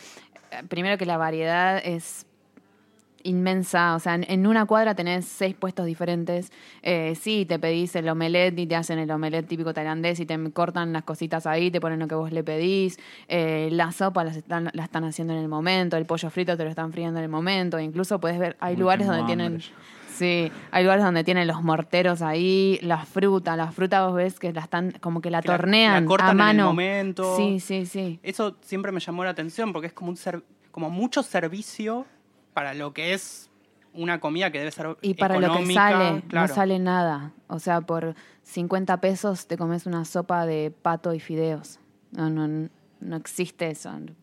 S4: eh, primero que la variedad es inmensa. O sea, en, en una cuadra tenés seis puestos diferentes. Eh, sí, te pedís el omelette y te hacen el omelette típico tailandés y te cortan las cositas ahí, te ponen lo que vos le pedís. Eh, la sopa las están, la están haciendo en el momento, el pollo frito te lo están friendo en el momento. Incluso puedes ver, hay
S3: Uy,
S4: lugares
S3: tengo
S4: donde tienen...
S3: hambre ya.
S4: Sí, hay lugares donde tienen los morteros ahí, las frutas, las frutas vos ves que la están como que la
S2: Que la-
S4: tornean
S2: la cortan
S4: a
S2: en el
S4: mano.
S2: momento. eh,
S4: Sí, sí, sí.
S2: Eso siempre me llamó la atención porque es como, un ser- como mucho servicio para lo que es una comida que debe ser
S4: Y para lo que
S2: económica,
S4: sale,
S2: claro.
S4: no sale nada. O sea, por 50 pesos te comes una sopa de pato y fideos. No, no, no existe eso.
S3: Que-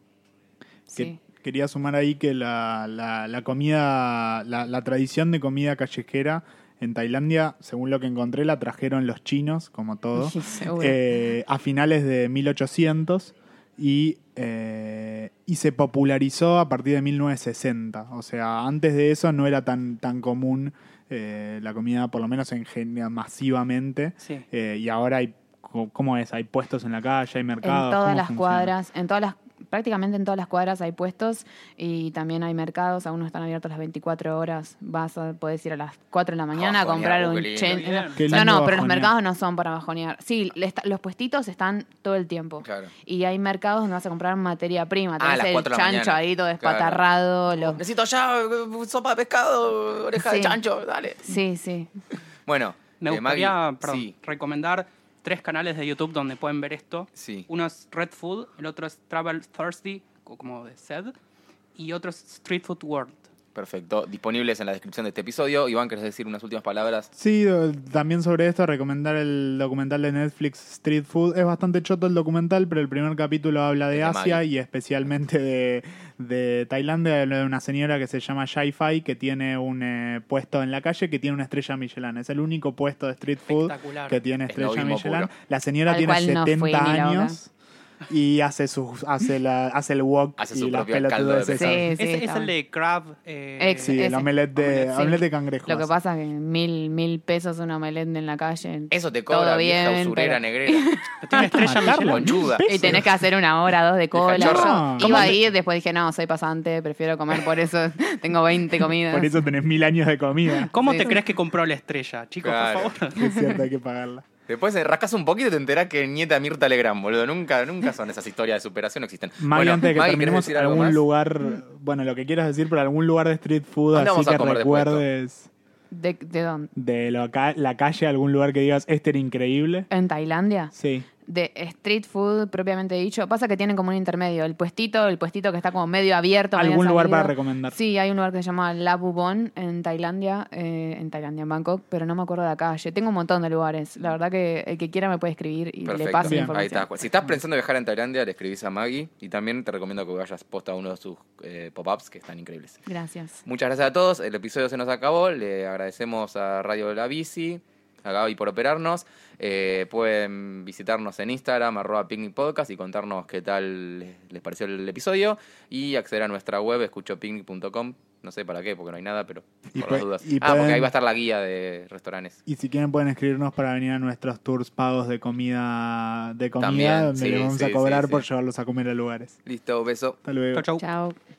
S4: Sí.
S3: Quería sumar ahí que la, la- la comida, la, la tradición de comida callejera en Tailandia, según lo que encontré, la trajeron los chinos, como todo,
S4: Seguro.
S3: eh, a finales de 1800 y, eh, y se popularizó a partir de 1960. O sea, antes de eso no era tan, tan común eh, la comida, por lo menos en, gen- masivamente,
S2: Sí.
S3: eh, y ahora hay, co- ¿cómo es? Hay puestos en la calle, hay mercados.
S4: en
S3: ¿cómo
S4: todas las
S3: funciona?
S4: cuadras, en todas las prácticamente en todas las cuadras hay puestos y también hay mercados, algunos están abiertos las 24 horas, vas a puedes ir a las 4 de la mañana a
S1: Bajonear,
S4: comprar
S1: uh,
S4: un
S1: qué lindo.
S4: chen.
S2: Bien.
S3: Qué
S4: No,
S3: lindo
S4: no, pero
S3: bajonear.
S4: los mercados no son para bajonear. Sí, le está- los puestitos están todo el tiempo.
S1: Claro.
S4: Y hay mercados donde vas a comprar materia
S1: Ah,
S4: prima,
S1: a
S4: tenés
S1: las
S4: el
S1: cuatro de la
S4: chancho
S1: mañana.
S4: ahí todo
S1: Claro. Oh.
S4: despatarrado, los-
S1: Necesito ya eh, sopa de pescado, oreja de
S4: Sí.
S1: chancho, dale.
S4: Sí, sí.
S1: Bueno,
S2: Me
S1: eh, Maggie,
S2: gustaría perdón,
S1: sí,
S2: recomendar tres canales de YouTube donde pueden ver esto.
S1: sí.
S2: Uno es Red Food, el otro es Travel Thursday, co- como de sed, y otro es Street Food World.
S1: Perfecto. Disponibles en la descripción de este episodio. Iván, ¿querés decir unas últimas palabras?
S3: Sí, do- también sobre esto, recomendar el documental de Netflix Street Food. Es bastante choto el documental, pero el primer capítulo habla de
S1: De
S3: Asia
S1: Maggie.
S3: y especialmente de, de Tailandia, habla de una señora que se llama Shai Fai, que tiene un eh, puesto en la calle que tiene una estrella Michelin. Es el único puesto de Street Food
S2: Espectacular.
S3: que tiene estrella
S1: Esnovismo
S3: Michelin.
S1: puro.
S3: La señora
S4: Al
S3: tiene
S4: cual
S3: 70
S4: no fui, ni loca.
S3: años y hace, sus, hace, la, hace el wok
S1: Hace
S3: y
S1: su
S3: las
S1: propio caldo de
S3: pelotudeces.
S1: pescado.
S4: Sí,
S2: Es,
S4: sí.
S2: es
S4: está
S2: el
S4: bueno.
S2: de Crab. eh,
S4: Ex-
S3: Sí, el
S4: Ese.
S3: omelette de,
S4: Sí.
S3: omelette de cangrejos.
S4: Lo que pasa que mil, mil pesos una omelette en la calle.
S1: Eso te
S4: todo
S1: cobra
S4: bien,
S1: vieja usurera
S4: pero-
S1: negrera.
S2: que
S4: Ah,
S2: tiene estrella
S3: matarlo.
S2: Michelin.
S1: Conchuda.
S4: Y tenés que hacer una hora, dos de cola.
S1: Deja chorro.
S4: Yo
S3: ¿Cómo
S4: Iba a
S3: te-
S4: ir, después dije, no, soy pasante, prefiero comer, por eso tengo 20 comidas.
S3: Por eso tenés mil años de comida.
S2: ¿Cómo
S4: Sí.
S2: te crees que compró la estrella, chicos?
S1: Claro.
S2: Por favor.
S3: Es cierto, hay que pagarla.
S1: Después eh, rascas un poquito y te enterás que nieta Mirta Legrand, boludo. Nunca, nunca son esas historias de superación, no existen.
S3: Maggie, antes de que
S1: Maggie, ¿querés
S3: terminemos,
S1: decir algo
S3: algún
S1: más?
S3: lugar, bueno, lo que quieras decir, pero algún lugar de street food
S1: ¿Dónde
S3: así
S1: vamos a
S3: que
S1: comer después,
S3: recuerdes
S4: ¿De, de dónde?
S3: de lo ca- la calle, algún lugar que digas, este era increíble.
S4: ¿En Tailandia?
S3: Sí.
S4: De street food propiamente dicho. Pasa que tienen como un intermedio. El puestito, el puestito que está como medio abierto. medio
S3: ¿Algún lugar
S4: salido.
S3: para recomendar?
S4: Sí, hay un lugar que se llama La Bubon en Tailandia, eh, en Tailandia, en Bangkok, pero no me acuerdo de la calle. Tengo un montón de lugares. La verdad que el que quiera me puede escribir y le
S1: Perfecto.
S4: paso la
S3: Bien.
S1: Ahí
S4: información.
S1: está. Pues, Si estás pensando en viajar en Tailandia, le escribís a Maggie y también te recomiendo que vayas posta a uno de sus eh, pop-ups que están increíbles.
S4: Gracias.
S1: Muchas gracias a todos. El episodio se nos acabó. Le agradecemos a Radio La Bici, a Gaby por operarnos. Eh, pueden visitarnos en Instagram, arroba Picnic Podcast y contarnos qué tal les- les pareció el episodio. Y acceder a nuestra web, escuchopicnic.com. No sé para qué, porque no hay nada, pero
S3: Y
S1: por las
S3: pue-
S1: dudas.
S3: y
S1: Ah, porque
S3: pueden-
S1: ahí va a estar la guía de restaurantes.
S3: Y si quieren pueden escribirnos para venir a nuestros tours pagos de comida, de comida
S1: También,
S3: donde
S1: sí,
S3: les vamos
S1: sí,
S3: a cobrar
S1: sí, sí.
S3: por llevarlos a comer a lugares.
S1: Listo, beso.
S3: Hasta luego.
S2: Chau, chau.
S4: Chao.